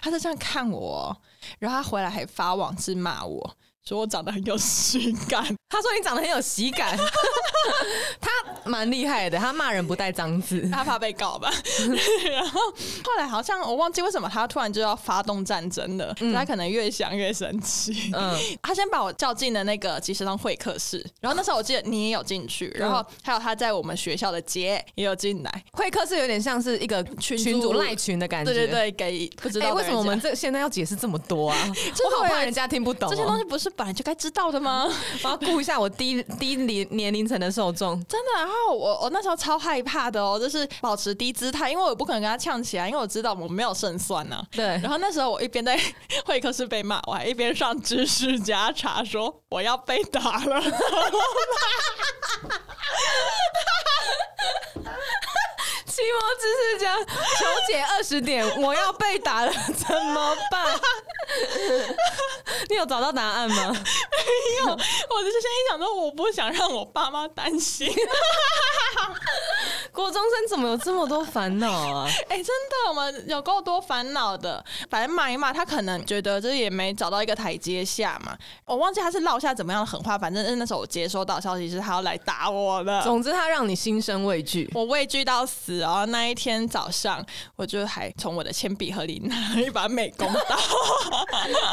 [SPEAKER 2] 他就这样看我，然后他回来还发网志骂我。说我长得很有喜感，
[SPEAKER 1] 他说你长得很有喜感， 他蛮厉害的，他骂人不带脏字。
[SPEAKER 2] 他怕被告吧？然后后来好像我忘记为什么他突然就要发动战争了，他可能越想越生气。
[SPEAKER 1] 嗯，
[SPEAKER 2] 他先把我叫进了那个即时通会客室，然后那时候我记得你也有进去，然
[SPEAKER 1] 嗯
[SPEAKER 2] 后还有他在我们学校的街也有进来，
[SPEAKER 1] 会客是有点像是一个
[SPEAKER 2] 群
[SPEAKER 1] 群
[SPEAKER 2] 组
[SPEAKER 1] 主赖群的感觉。
[SPEAKER 2] 对对。对，给不知
[SPEAKER 1] 哎、
[SPEAKER 2] 道的人讲、
[SPEAKER 1] 为什么我们这现在要解释这么 多啊？
[SPEAKER 2] 真的
[SPEAKER 1] 我好怕人家听不懂、哦。
[SPEAKER 2] 这些东西不是本来就该知道的 吗？
[SPEAKER 1] 我要顾一下我低低年年龄层的受众。
[SPEAKER 2] 真的，然后我我那时候超害怕的哦，就是保持低姿态，因为我不可能跟他呛起来，因为我知道我没有胜算呢、
[SPEAKER 1] 对
[SPEAKER 2] 然后那时候我一边在会客室被骂，我还一边上知识家查说我要被打了。
[SPEAKER 1] 期末知识奖求解二十点，我要被打了，怎么办？ 你有找到答案吗？
[SPEAKER 2] 因为我 就是心里想说，我不想让我爸妈担心。
[SPEAKER 1] 果国中生怎么有这么多烦恼啊？
[SPEAKER 2] 哎、真的，我们有够多烦恼的。反正骂一骂，他可能觉得这也没找到一个台阶下嘛。我忘记他是落下怎么样的狠话，反正那时候我接收到消息是他要来打我了。
[SPEAKER 1] 总之，他让你心生畏 惧。
[SPEAKER 2] 我畏惧到死，然后那一天早上，我就还从我的铅笔盒里拿了一把美工刀。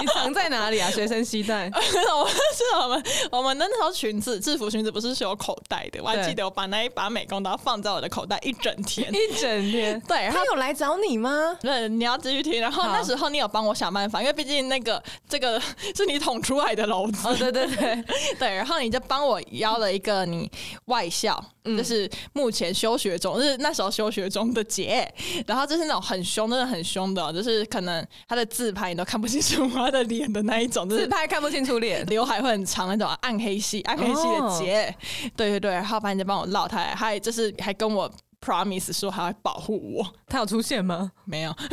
[SPEAKER 1] 你藏在哪里啊？随身携带。
[SPEAKER 2] 我们是我们我们的那条裙子，制服裙子不是是有口袋的，我还
[SPEAKER 1] 对
[SPEAKER 2] 记得我把那一把美工刀放在我的口袋一整 天。
[SPEAKER 1] 一整天。
[SPEAKER 2] 对，然后
[SPEAKER 1] 哎他有来找你吗？
[SPEAKER 2] 对，你要继续听。然后
[SPEAKER 1] 好
[SPEAKER 2] 那时候你有帮我想办法，因为毕竟那个这个 是你捅出来的篓子，
[SPEAKER 1] 哦，对对对，
[SPEAKER 2] 对。然后你就帮我邀了一个你外校，
[SPEAKER 1] 嗯
[SPEAKER 2] 就是目前休学中，就是那时候休学中的姐。然后就是那种很凶，真的很凶的哦，就是可能他的自拍你都看不清楚 他的脸的那一种，就是
[SPEAKER 1] 自拍看不清楚脸。
[SPEAKER 2] 刘海会很长那种暗黑系、暗黑系
[SPEAKER 1] 哦
[SPEAKER 2] 的姐，对对对，然后反正就帮我唠他，他还就是还跟我 promise 说他会保护我，
[SPEAKER 1] 他有出现吗？
[SPEAKER 2] 没有，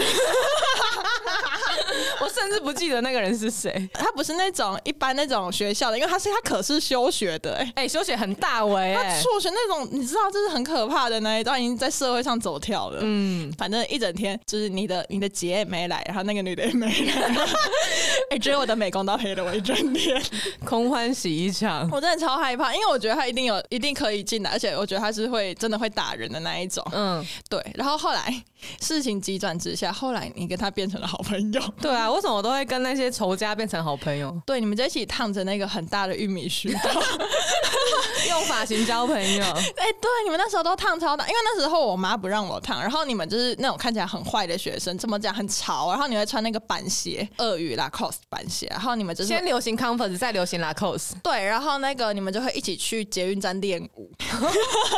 [SPEAKER 1] 我甚至不记得那个人是谁。
[SPEAKER 2] 他不是那种一般那种学校的，因为他是他可是休学的、欸，
[SPEAKER 1] 哎、休息很大为
[SPEAKER 2] 他
[SPEAKER 1] 哎、
[SPEAKER 2] 辍学那种，你知道这是很可怕的那一段，已经在社会上走跳了。
[SPEAKER 1] 嗯，
[SPEAKER 2] 反正一整天就是你的你的姐也没来，然后那个女的也没来， 哎、只有我的美工刀陪了我一整 天。
[SPEAKER 1] 空欢喜一场。
[SPEAKER 2] 我真的超害怕，因为我觉得他一定有，一定可以进来，而且我觉得他是会真的会打人的那一种。
[SPEAKER 1] 嗯，
[SPEAKER 2] 对，然后后来事情急转直下，后来你跟他变成了好朋友。
[SPEAKER 1] 对啊，为什么我都会跟那些仇家变成好朋友，
[SPEAKER 2] 对，你们在一起烫着那个很大的玉米须，
[SPEAKER 1] 用发型交朋友？
[SPEAKER 2] 哎、对，你们那时候都烫超大，因为那时候我妈不让我烫，然后你们就是那种看起来很坏的学生，怎么讲很潮，然后你会穿那个板鞋，鳄鱼啦 cos 板鞋，然后你们就是
[SPEAKER 1] 先流行 Converse，再流行 Lacoste。
[SPEAKER 2] 对，然后那个你们就会一起去捷运站练舞，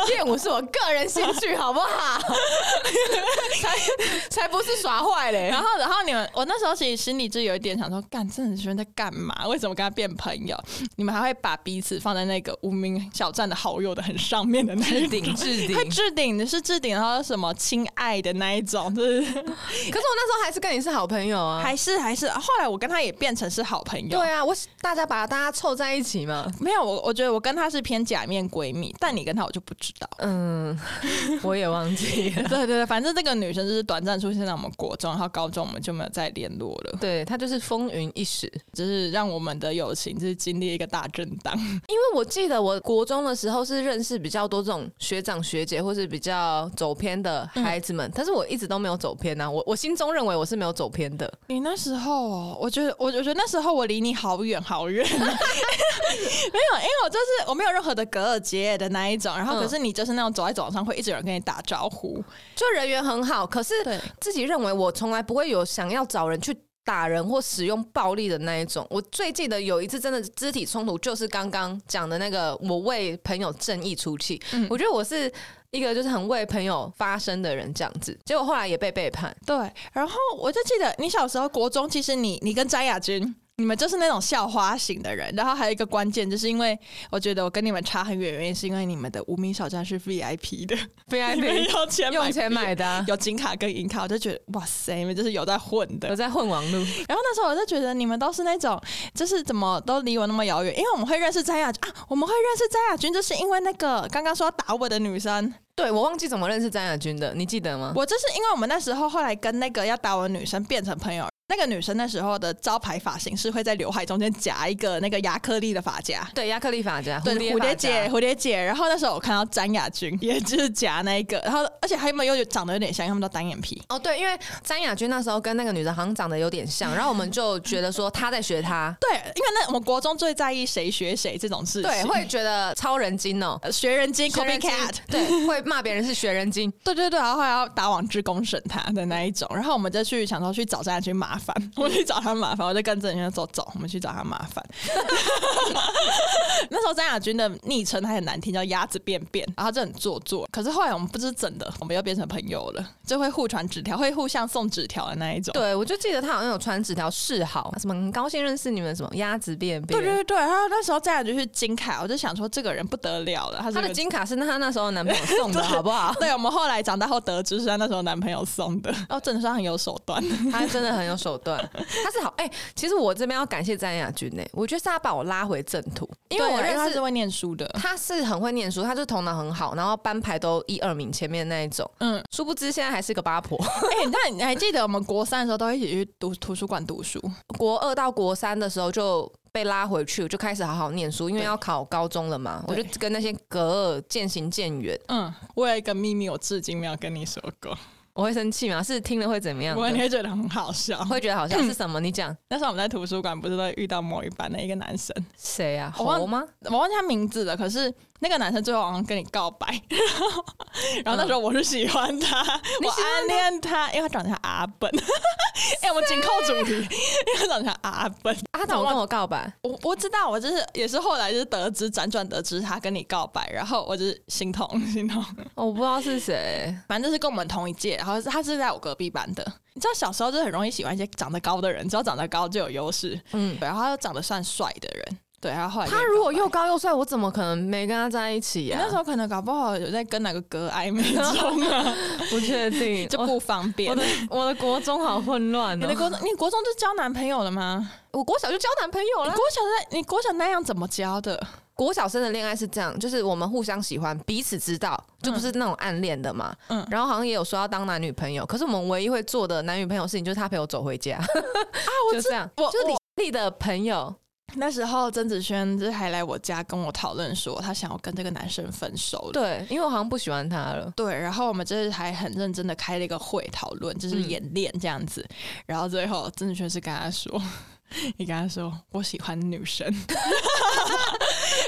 [SPEAKER 1] 练舞是我个人兴趣，好不好？ 才才不是耍坏 嘞
[SPEAKER 2] 然后，然后你们，我那时候其实心里就有一点想说，干，这女生在干嘛？为什么跟她变朋友？你们还会把彼此放在那个无名小站的好友的很上面的那一
[SPEAKER 1] 置
[SPEAKER 2] 种。
[SPEAKER 1] 顶置顶
[SPEAKER 2] 会。置顶的是置顶，然后什么亲爱的那一种，就是
[SPEAKER 1] 可是我那时候还是跟你是好朋友啊。
[SPEAKER 2] 还是还是。后来我跟他也变成是好朋友，
[SPEAKER 1] 对啊，我大家把大家凑在一起嘛。
[SPEAKER 2] 没有我，我觉得我跟他是偏假面闺蜜，但你跟他我就不知道。
[SPEAKER 1] 嗯，我也忘记了。
[SPEAKER 2] 对对对，反正这个女生就是短暂出现在我们国中，然后高中我们就没有再联络 了，
[SPEAKER 1] 对他就是风云一时，
[SPEAKER 2] 就是让我们的友情就是经历一个大震荡。
[SPEAKER 1] 因为我记得我国中的时候是认识比较多这种学长学姐，或是比较走偏的孩子们，但是我一直都没有走偏呐、啊我我心中认为我是没有走偏的，
[SPEAKER 2] 你那时候哦，我觉得，我我觉得那时候我离你好远好远， 没有，因为我就是我没有任何的隔尔结业的那一种，然后
[SPEAKER 1] 嗯
[SPEAKER 2] 可是你就是那种走在走廊上会一直有人跟你打招呼，
[SPEAKER 1] 就人缘很好，可是
[SPEAKER 2] 对
[SPEAKER 1] 自己认为我从来不会有想要找人去。打人或使用暴力的那一种，我最记得有一次真的肢体冲突，就是刚刚讲的那个，我为朋友正义出气。
[SPEAKER 2] 嗯
[SPEAKER 1] 我觉得我是一个就是很为朋友发声的人，这样子，结果后来也被背叛。
[SPEAKER 2] 对，然后我就记得你小时候国中，其实你你跟张雅君。你们就是那种校花型的人，然后还有一个关键，就是因为我觉得我跟你们差很远，原因是因为你们的无名小站是 VIP 的， 你们
[SPEAKER 1] VIP
[SPEAKER 2] 有 钱买
[SPEAKER 1] 用钱买的、啊，
[SPEAKER 2] 有金卡跟银卡，我就觉得哇塞，你们就是有在混的
[SPEAKER 1] 有。在混网路。
[SPEAKER 2] 然后那时候我就觉得你们都是那种，就是怎么都离我那么遥远，因为我们会认识张雅啊，我们会认识张雅君，就是因为那个刚刚说要打我的女生，
[SPEAKER 1] 对，我忘记怎么认识张亚军的，你记得吗？
[SPEAKER 2] 我就是因为我们那时候后来跟那个要打我的女生变成朋友。那个女生那时候的招牌发型是会在刘海中间夹一个那个亚克力的发夹，
[SPEAKER 1] 对，亚克力发夹，
[SPEAKER 2] 对，
[SPEAKER 1] 蝶
[SPEAKER 2] 蝴
[SPEAKER 1] 蝴
[SPEAKER 2] 蝶结，，蝴蝶结。然后那时候我看到詹雅君， 也就是夹那一个，然后而且他们又长得有点像，因为他们都单眼皮。
[SPEAKER 1] 哦，对，因为张亚军那时候跟那个女的好像长得有点像，然后我们就觉得说她在学 她，
[SPEAKER 2] 对，因为那我们国中最在意谁学谁这种事情，
[SPEAKER 1] 对，会觉得超人精哦。
[SPEAKER 2] 呃学人精
[SPEAKER 1] 学人精
[SPEAKER 2] copycat。
[SPEAKER 1] 对，会骂别人是学人精，
[SPEAKER 2] 对对对，然后还要打网志公审他的那一种，然后我们就去想说去找张亚军麻烦，我去找他麻烦，我就跟郑宇轩说走，我们去找他麻烦。那时候张亚军的昵称还很难听，叫鸭子便便，然后就很做作。可是后来我们不知怎的，我们又变成朋友了，就会互传纸条，会互相送纸条的那一种。
[SPEAKER 1] 对我就记得她好像有传纸条示好，什么很高兴认识你们，什么鸭子便便。
[SPEAKER 2] 对对对对，然后那时候张亚军是金卡，我就想说这个人不得了了，他是
[SPEAKER 1] 她
[SPEAKER 2] 个
[SPEAKER 1] 的金卡是她那时候的男朋友送的，好不好？
[SPEAKER 2] 对，我们后来长大后得知是她那时候男朋友送的，哦，真的是她很有手段。
[SPEAKER 1] 他真的很有手段，他是好哎、其实我这边要感谢詹雅君呢、我觉得是他把我拉回正途，因为
[SPEAKER 2] 对啊
[SPEAKER 1] 我
[SPEAKER 2] 因为
[SPEAKER 1] 认
[SPEAKER 2] 她
[SPEAKER 1] 识
[SPEAKER 2] 是会念书的，
[SPEAKER 1] 他是很会念书，他就是头脑很好，然后班排都一二名前面那一种。
[SPEAKER 2] 嗯，
[SPEAKER 1] 殊不知现在还是个八婆。
[SPEAKER 2] 哎、那你还记得我们国三的时候都一起去读图书馆读书？
[SPEAKER 1] 国二到国三的时候就被拉回去，就开始好好念书，因为
[SPEAKER 2] 对
[SPEAKER 1] 要考高中了嘛。我
[SPEAKER 2] 对
[SPEAKER 1] 就跟那些隔二渐行渐远。
[SPEAKER 2] 嗯，我有一个秘密，我至今没有跟你说过，
[SPEAKER 1] 我会生气吗？是听了会怎么样
[SPEAKER 2] 我你
[SPEAKER 1] 的？
[SPEAKER 2] 会觉得很好笑。
[SPEAKER 1] 会觉得好像是什么？你讲
[SPEAKER 2] 那时候我们在图书馆不是都会遇到某一班的一个男生，
[SPEAKER 1] 谁 啊？
[SPEAKER 2] 我忘
[SPEAKER 1] 猴吗？
[SPEAKER 2] 我忘记他名字了，可是那个男生最后好像跟你告白，然后那时候我是喜欢他，我
[SPEAKER 1] 喜
[SPEAKER 2] 暗恋他，因为他长得像阿本。 哎、我们紧扣主题，因为他长得像阿本。
[SPEAKER 1] 啊他怎么跟我告白？
[SPEAKER 2] 我我知道，我就是也是后来就是得知辗转得知他跟你告白，然后我就是心痛心痛。
[SPEAKER 1] 我不知道是 谁。
[SPEAKER 2] 反正就是跟我们同一届，然后他是在我隔壁班的。你知道小时候就很容易喜欢一些长得高的人，只要长得高就有优势。
[SPEAKER 1] 嗯，
[SPEAKER 2] 对，然后他又长得算帅的人，对，然后后来
[SPEAKER 1] 他
[SPEAKER 2] 跟你
[SPEAKER 1] 如果
[SPEAKER 2] 告白
[SPEAKER 1] 又高又帅，我怎么可能没跟他在一起啊呀、
[SPEAKER 2] 你那时候可能搞不好有在跟哪个哥暧昧中啊，
[SPEAKER 1] 不确 定，
[SPEAKER 2] 就
[SPEAKER 1] 我
[SPEAKER 2] 不方便。
[SPEAKER 1] 我的我的国中好混乱
[SPEAKER 2] 你
[SPEAKER 1] 哦、
[SPEAKER 2] 的国中，你国中就交男朋友了吗？
[SPEAKER 1] 我国小就交男朋友
[SPEAKER 2] 你
[SPEAKER 1] 啦
[SPEAKER 2] 国。小在，你国小那样怎么交的？
[SPEAKER 1] 国小生的恋爱是这样，就是我们互相喜欢，彼此知道，就不是那种暗恋的嘛。
[SPEAKER 2] 嗯
[SPEAKER 1] 然后好像也有说要当男女朋友，可是我们唯一会做的男女朋友事情就是他陪我走回家啊，
[SPEAKER 2] 我
[SPEAKER 1] 就这样，
[SPEAKER 2] 我
[SPEAKER 1] 就是
[SPEAKER 2] 我
[SPEAKER 1] 李丽的朋友，
[SPEAKER 2] 那时候曾子轩就是还来我家跟我讨论说，他想要跟这个男生分手了。
[SPEAKER 1] 对，因为我好像不喜欢他了。
[SPEAKER 2] 对，然后我们就是还很认真的开了一个会讨论，就是
[SPEAKER 1] 嗯
[SPEAKER 2] 演练这样子。然后最后曾子轩是跟他说：“ 你跟他说我喜欢女生。”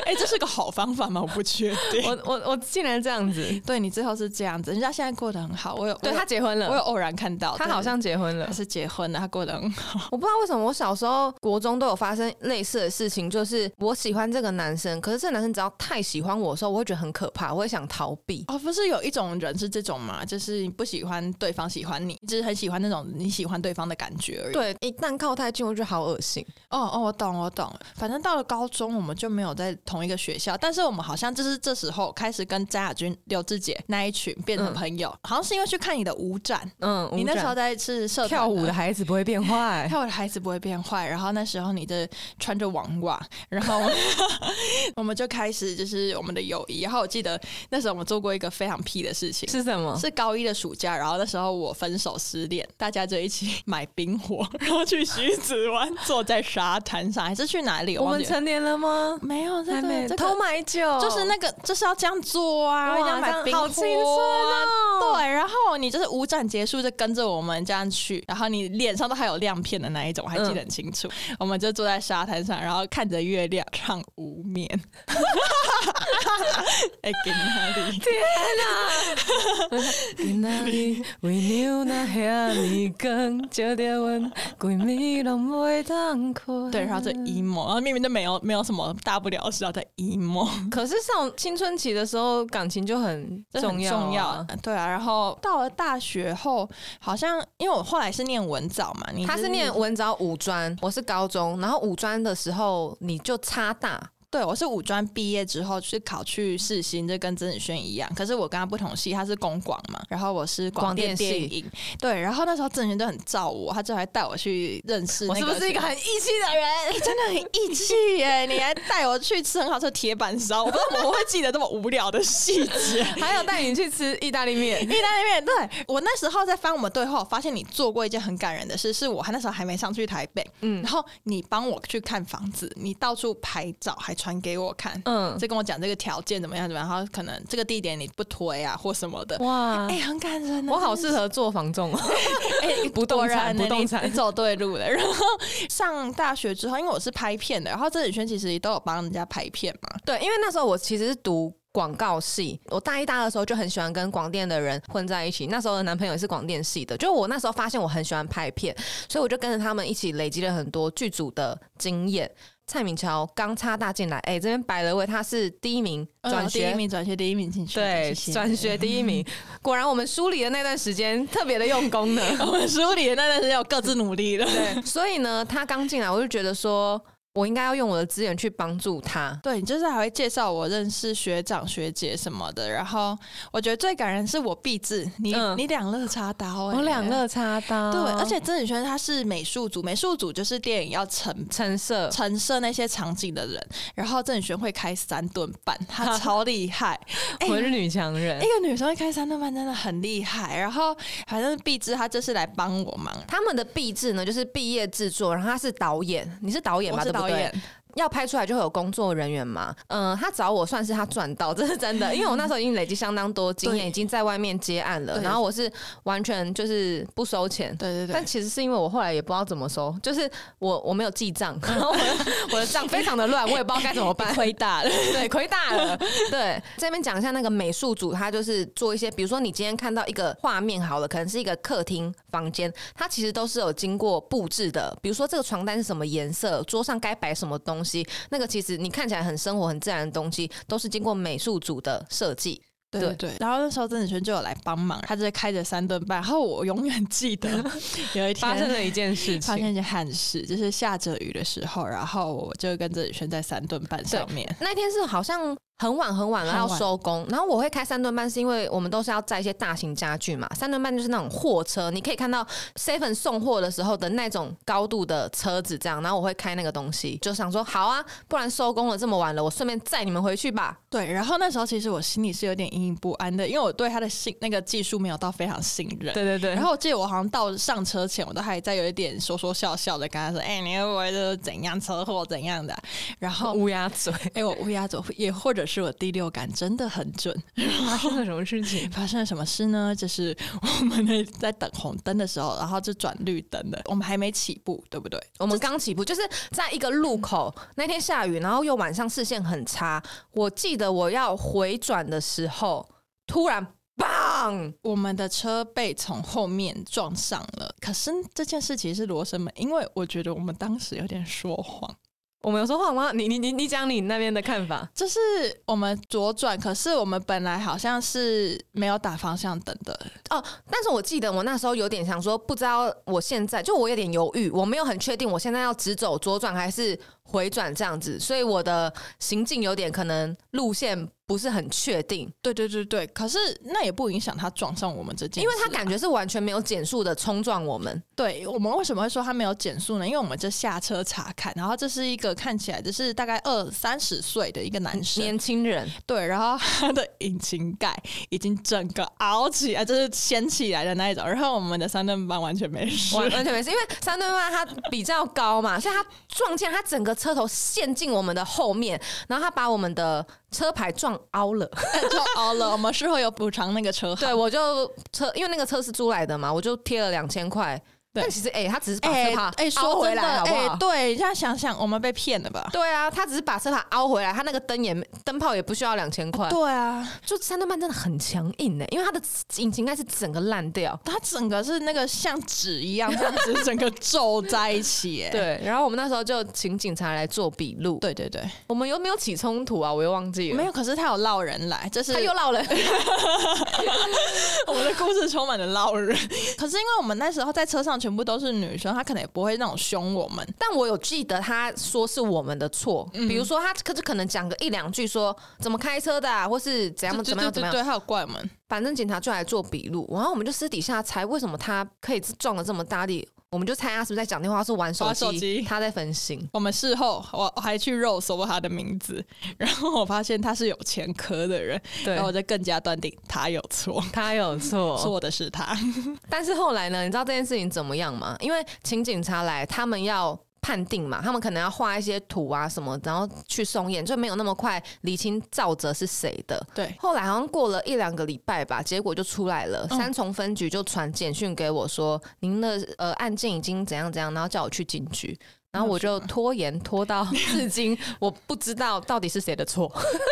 [SPEAKER 2] 哎、这是个好方法吗？我不确定。
[SPEAKER 1] 我我我竟然这样子，
[SPEAKER 2] 对你最后是这样子，人家现在过得很好。我有
[SPEAKER 1] 对
[SPEAKER 2] 我有
[SPEAKER 1] 他结婚
[SPEAKER 2] 我有
[SPEAKER 1] 了，
[SPEAKER 2] 偶然看到，
[SPEAKER 1] 他
[SPEAKER 2] 但
[SPEAKER 1] 好像结婚 了
[SPEAKER 2] 他。是结婚了，他过得很好。
[SPEAKER 1] 我不知道为什么我小时候国中都有发生类似的事情，就是我喜欢这个男生，可是这个男生只要太喜欢我的时候，我会觉得很可怕，我会想逃避。
[SPEAKER 2] 哦，不是有一种人是这种嘛，就是你不喜欢对方喜欢你，只是很喜欢那种你喜欢对方的感觉而已。，
[SPEAKER 1] 对，一旦靠太近，我就好恶心。
[SPEAKER 2] 哦哦，我懂我懂。反正到了高中，我们就没有在同一个学校，但是我们好像就是这时候开始跟张雅君、刘志杰那一群变成
[SPEAKER 1] 嗯
[SPEAKER 2] 朋友，好像是因为去看你的舞展，
[SPEAKER 1] 嗯，
[SPEAKER 2] 你那
[SPEAKER 1] 舞
[SPEAKER 2] 时候
[SPEAKER 1] 展
[SPEAKER 2] 在是社团
[SPEAKER 1] 跳舞的。孩子不会变坏。
[SPEAKER 2] 跳舞的孩子不会变坏，然后那时候你的穿着网袜，然后我 们我们就开始就是我们的友谊。然后我记得那时候我们做过一个非常屁的事情，
[SPEAKER 1] 是什么？
[SPEAKER 2] 是高一的暑假，然后那时候我分手失恋，大家就一起买冰火，然后去徐子湾，坐在沙滩上，还是去哪里？
[SPEAKER 1] 我
[SPEAKER 2] 忘
[SPEAKER 1] 们
[SPEAKER 2] 记了
[SPEAKER 1] 成年了吗？
[SPEAKER 2] 没有这
[SPEAKER 1] 还没
[SPEAKER 2] 个这
[SPEAKER 1] 偷
[SPEAKER 2] 个。
[SPEAKER 1] 买酒，
[SPEAKER 2] 就是那个，就是要这样做啊，
[SPEAKER 1] 哇
[SPEAKER 2] 要买
[SPEAKER 1] 这
[SPEAKER 2] 冰
[SPEAKER 1] 样
[SPEAKER 2] 火、啊
[SPEAKER 1] 好青春哦
[SPEAKER 2] 对，然后你就是舞展结束就跟着我们这样去，然后你脸上都还有亮片的那一种，我还记得很清楚。我们就坐在沙滩上，然后看着月亮唱无眠。 哎、给哪里？
[SPEAKER 1] 啊今仔日为娘那遐尼光，照着阮规暝拢袂当困。
[SPEAKER 2] 对，然后就 emo，然后明明就没有没有什么大不了的事，要在 emo，
[SPEAKER 1] 可是上青春期的时候，感情就很
[SPEAKER 2] 这很
[SPEAKER 1] 重要、
[SPEAKER 2] 重要。。对啊，然后到了大学后，好像因为我后来是念文藻嘛，你
[SPEAKER 1] 他
[SPEAKER 2] 就是
[SPEAKER 1] 念文藻五专，我是高中，然后五专的时候你就差大，
[SPEAKER 2] 对我是五专毕业之后去考去世新，就跟曾子轩一样，可是我跟他不同系，他是公广嘛，然后我是广
[SPEAKER 1] 广
[SPEAKER 2] 电
[SPEAKER 1] 电系
[SPEAKER 2] 电影，对，然后那时候曾子轩就很照我，他就还带我去认识、那哎
[SPEAKER 1] 我是不是一个很义气的人？
[SPEAKER 2] 真的很义气耶！你还带我去吃很好吃的铁板烧，我不知道我会记得这么无聊的细节。
[SPEAKER 1] 还有带你去吃意大利面，
[SPEAKER 2] 意大利面，对我那时候在翻我们对话，我发现你做过一件很感人的事，是我还那时候还没上去台北，
[SPEAKER 1] 嗯
[SPEAKER 2] 然后你帮我去看房子，你到处拍照，还传给我看，
[SPEAKER 1] 嗯，
[SPEAKER 2] 就跟我讲这个条件怎么样怎么样，然后可能这个地点你不推啊或什么的，
[SPEAKER 1] 哇
[SPEAKER 2] 哎、很感人啊、
[SPEAKER 1] 我好适合做房仲哦，
[SPEAKER 2] 哎、
[SPEAKER 1] 不动
[SPEAKER 2] 果
[SPEAKER 1] 产
[SPEAKER 2] 然呢
[SPEAKER 1] 不动
[SPEAKER 2] 你
[SPEAKER 1] 产
[SPEAKER 2] 你走对路了。然后上大学之后，因为我是拍片的，然后郑宇轩其实都有帮人家拍片嘛，
[SPEAKER 1] 对，因为那时候我其实是读。广告系，我大一、大二的时候就很喜欢跟广电的人混在一起。那时候的男朋友也是广电系的，就我那时候发现我很喜欢拍片，所以我就跟着他们一起累积了很多剧组的经验。蔡敏乔刚插大进来，哎、这边摆了位，他是第一名转
[SPEAKER 2] 嗯第
[SPEAKER 1] 学
[SPEAKER 2] 一名转学第一名进去，
[SPEAKER 1] 对，
[SPEAKER 2] 谢谢
[SPEAKER 1] 转学 第一 名。果然，我们梳理的那段时间特别的用功呢。
[SPEAKER 2] 我们梳理的那段时间，我各自努力了。
[SPEAKER 1] 对，所以呢，他刚进来，我就觉得说。我应该要用我的资源去帮助他。
[SPEAKER 2] 对你就是还会介绍我认识学长学姐什么的，然后我觉得最感人是我毕志，你、
[SPEAKER 1] 嗯
[SPEAKER 2] 你两肋插刀、欸，
[SPEAKER 1] 我两肋插刀，
[SPEAKER 2] 对，而且曾宇轩他是美术组，美术组就是电影要成
[SPEAKER 1] 橙色，
[SPEAKER 2] 陈设那些场景的人，然后郑宇轩会开三顿半， 他超厉害。哎
[SPEAKER 1] 我是女强人
[SPEAKER 2] 一。个女生会开三顿半真的很厉害。然后反正毕之他就是来帮我忙，
[SPEAKER 1] 他们的毕制呢，就是毕业制作，然后他是导演，你是导演
[SPEAKER 2] 我
[SPEAKER 1] 吧？
[SPEAKER 2] 是
[SPEAKER 1] 对不
[SPEAKER 2] 导
[SPEAKER 1] 对
[SPEAKER 2] 演，
[SPEAKER 1] 要拍出来就会有工作人员嘛。嗯、他找我算是他赚到， 这是真的，因为我那时候已经累积相当多经验，
[SPEAKER 2] 对
[SPEAKER 1] 已经在外面接案了，
[SPEAKER 2] 对
[SPEAKER 1] 然后我是完全就是不收钱。
[SPEAKER 2] 对对
[SPEAKER 1] 但
[SPEAKER 2] 对。
[SPEAKER 1] 其实是因为我后来也不知道怎么收，就是我我没有记账，然后我的我的账非常的乱，我也不知道该怎么办。
[SPEAKER 2] 亏大了，
[SPEAKER 1] 对，亏大了。对，这边讲一下那个美术组，他就是做一些，比如说你今天看到一个画面好了，可能是一个客厅房间，它其实都是有经过布置的。比如说这个床单是什么颜色，桌上该摆什么东西，那个其实你看起来很生活、很自然的东西，都是经过美术组的设计。
[SPEAKER 2] 对对对。然后那时候郑宇轩就有来帮忙，他就是开着三顿半。然后我永远记 得有一天
[SPEAKER 1] 了一件事
[SPEAKER 2] 发生一件憾事，就是下着雨的时候，然后我就跟郑宇轩在三顿半上面。
[SPEAKER 1] 那天是好像很晚很晚了
[SPEAKER 2] 很
[SPEAKER 1] 要
[SPEAKER 2] 晚
[SPEAKER 1] 收工，然后我会开三顿半，是因为我们都是要载一些大型家具嘛。三顿半就是那种货车，你可以看到 seven 送货的时候的那种高度的车子这样。然后我会开那个东西，就想说好啊，不然收工了这么晚了，我顺便载你们回去吧。
[SPEAKER 2] 对，然后那时候其实我心里是有点隐隐不安的，因为我对他的信那个技术没有到非常信任。
[SPEAKER 1] 对对
[SPEAKER 2] 然后我记得我好像到上车前，我都还在有一点说说笑笑的，跟他说：“哎、你会不会就是怎样车祸怎样的啊、然后，
[SPEAKER 1] 乌鸦嘴，
[SPEAKER 2] 哎、我乌鸦嘴也或者是我第六感真的很准。
[SPEAKER 1] 发生了什么事情？
[SPEAKER 2] 发生了什么事呢？就是我们那在等红灯的时候，然后就转绿灯了，我们还没起步，对不对？
[SPEAKER 1] 我们刚起步，就是在一个路口，那天下雨，然后又晚上视线很差。我记得我要回转的时候，突然。棒！
[SPEAKER 2] 我们的车被从后面撞上了。可是这件事其实是罗生门，因为我觉得我们当时有点说谎。
[SPEAKER 1] 我们有说谎吗？你你你你讲你那边的看法。
[SPEAKER 2] 就是我们左转，可是我们本来好像是没有打方向灯的，
[SPEAKER 1] 但是我记得我那时候有点想说，不知道我现在就我有点犹豫，我没有很确定我现在要直走、左转还是回转这样子，所以我的行进有点可能路线不是很确定，
[SPEAKER 2] 对对对对。可是那也不影响他撞上我们这件
[SPEAKER 1] 因
[SPEAKER 2] 事
[SPEAKER 1] 为
[SPEAKER 2] 啊，
[SPEAKER 1] 他感觉是完全没有减速的冲撞我们。
[SPEAKER 2] 对我们为什么会说他没有减速呢？因为我们就下车查看，然后这是一个看起来就是大概二三十岁的一个男生，
[SPEAKER 1] 年轻人，
[SPEAKER 2] 对，然后他的引擎盖已经整个凹起来，就是掀起来的那一种，然后我们的三顿半完全没事。
[SPEAKER 1] 完完全没事，因为三吨半它比较高嘛，所以它撞见它整个车头陷进我们的后面，然后它把我们的车牌撞凹了。
[SPEAKER 2] 就凹了，我 们事后有补偿那个车 行。
[SPEAKER 1] 对，我就车，因为那个车是租来的嘛，我就贴了两千块。
[SPEAKER 2] 对
[SPEAKER 1] 但其实，哎、他只是把
[SPEAKER 2] 哎
[SPEAKER 1] 车牌
[SPEAKER 2] 哎，
[SPEAKER 1] 凹
[SPEAKER 2] 说
[SPEAKER 1] 回
[SPEAKER 2] 回来
[SPEAKER 1] 来，好不好？
[SPEAKER 2] 对，这样想想，我们被骗了吧？
[SPEAKER 1] 对啊，他只是把车牌凹回来，他那个灯也没灯泡也不需要两千块。
[SPEAKER 2] 对啊，
[SPEAKER 1] 就三顿半真的很强硬呢、因为它的引擎盖是整个烂掉。
[SPEAKER 2] 它整个是那个像纸一样，这样子整个皱在一起。哎，
[SPEAKER 1] 对，然后我们那时候就请警察来做笔录。
[SPEAKER 2] 对对对，
[SPEAKER 1] 我们有没有起冲突啊？我又忘记了。
[SPEAKER 2] 没有，可是他有捞人来，就是
[SPEAKER 1] 他又闹了。
[SPEAKER 2] 我们的故事充满了捞人。可是因为我们那时候在车上全部都是女生，她可能也不会那种凶我们。
[SPEAKER 1] 但我有记得他说是我们的错，比如说他可是可能讲个一两句说怎么开车的、啊，或是怎样怎么样怎么样
[SPEAKER 2] 对，对对对她有怪我们。
[SPEAKER 1] 反正警察就来做笔录，然后我们就私底下猜为什么他可以撞了这么大力，我们就猜他是不是在讲电话，是玩手机，
[SPEAKER 2] 玩手机
[SPEAKER 1] 他在分心。
[SPEAKER 2] 我们事后我我还去肉搜她的名字， 然后我发现她是有前科的人，
[SPEAKER 1] 对
[SPEAKER 2] 然后我就更加断定她有错，
[SPEAKER 1] 哦他有错，
[SPEAKER 2] 错的是她。
[SPEAKER 1] 但是后来呢？你知道这件事情怎么样吗？因为请警察来，他们要判定嘛，他们可能要画一些图啊什么，然后去送验，就没有那么快理清造责是谁的。
[SPEAKER 2] 对，
[SPEAKER 1] 后来好像过了一两个礼拜吧，结果就出来了。
[SPEAKER 2] 嗯
[SPEAKER 1] 三重分局就传简讯给我说，您的呃案件已经怎样怎样，然后叫我去警局。然后我就拖延拖到 至 今，我不知道到底是谁的错。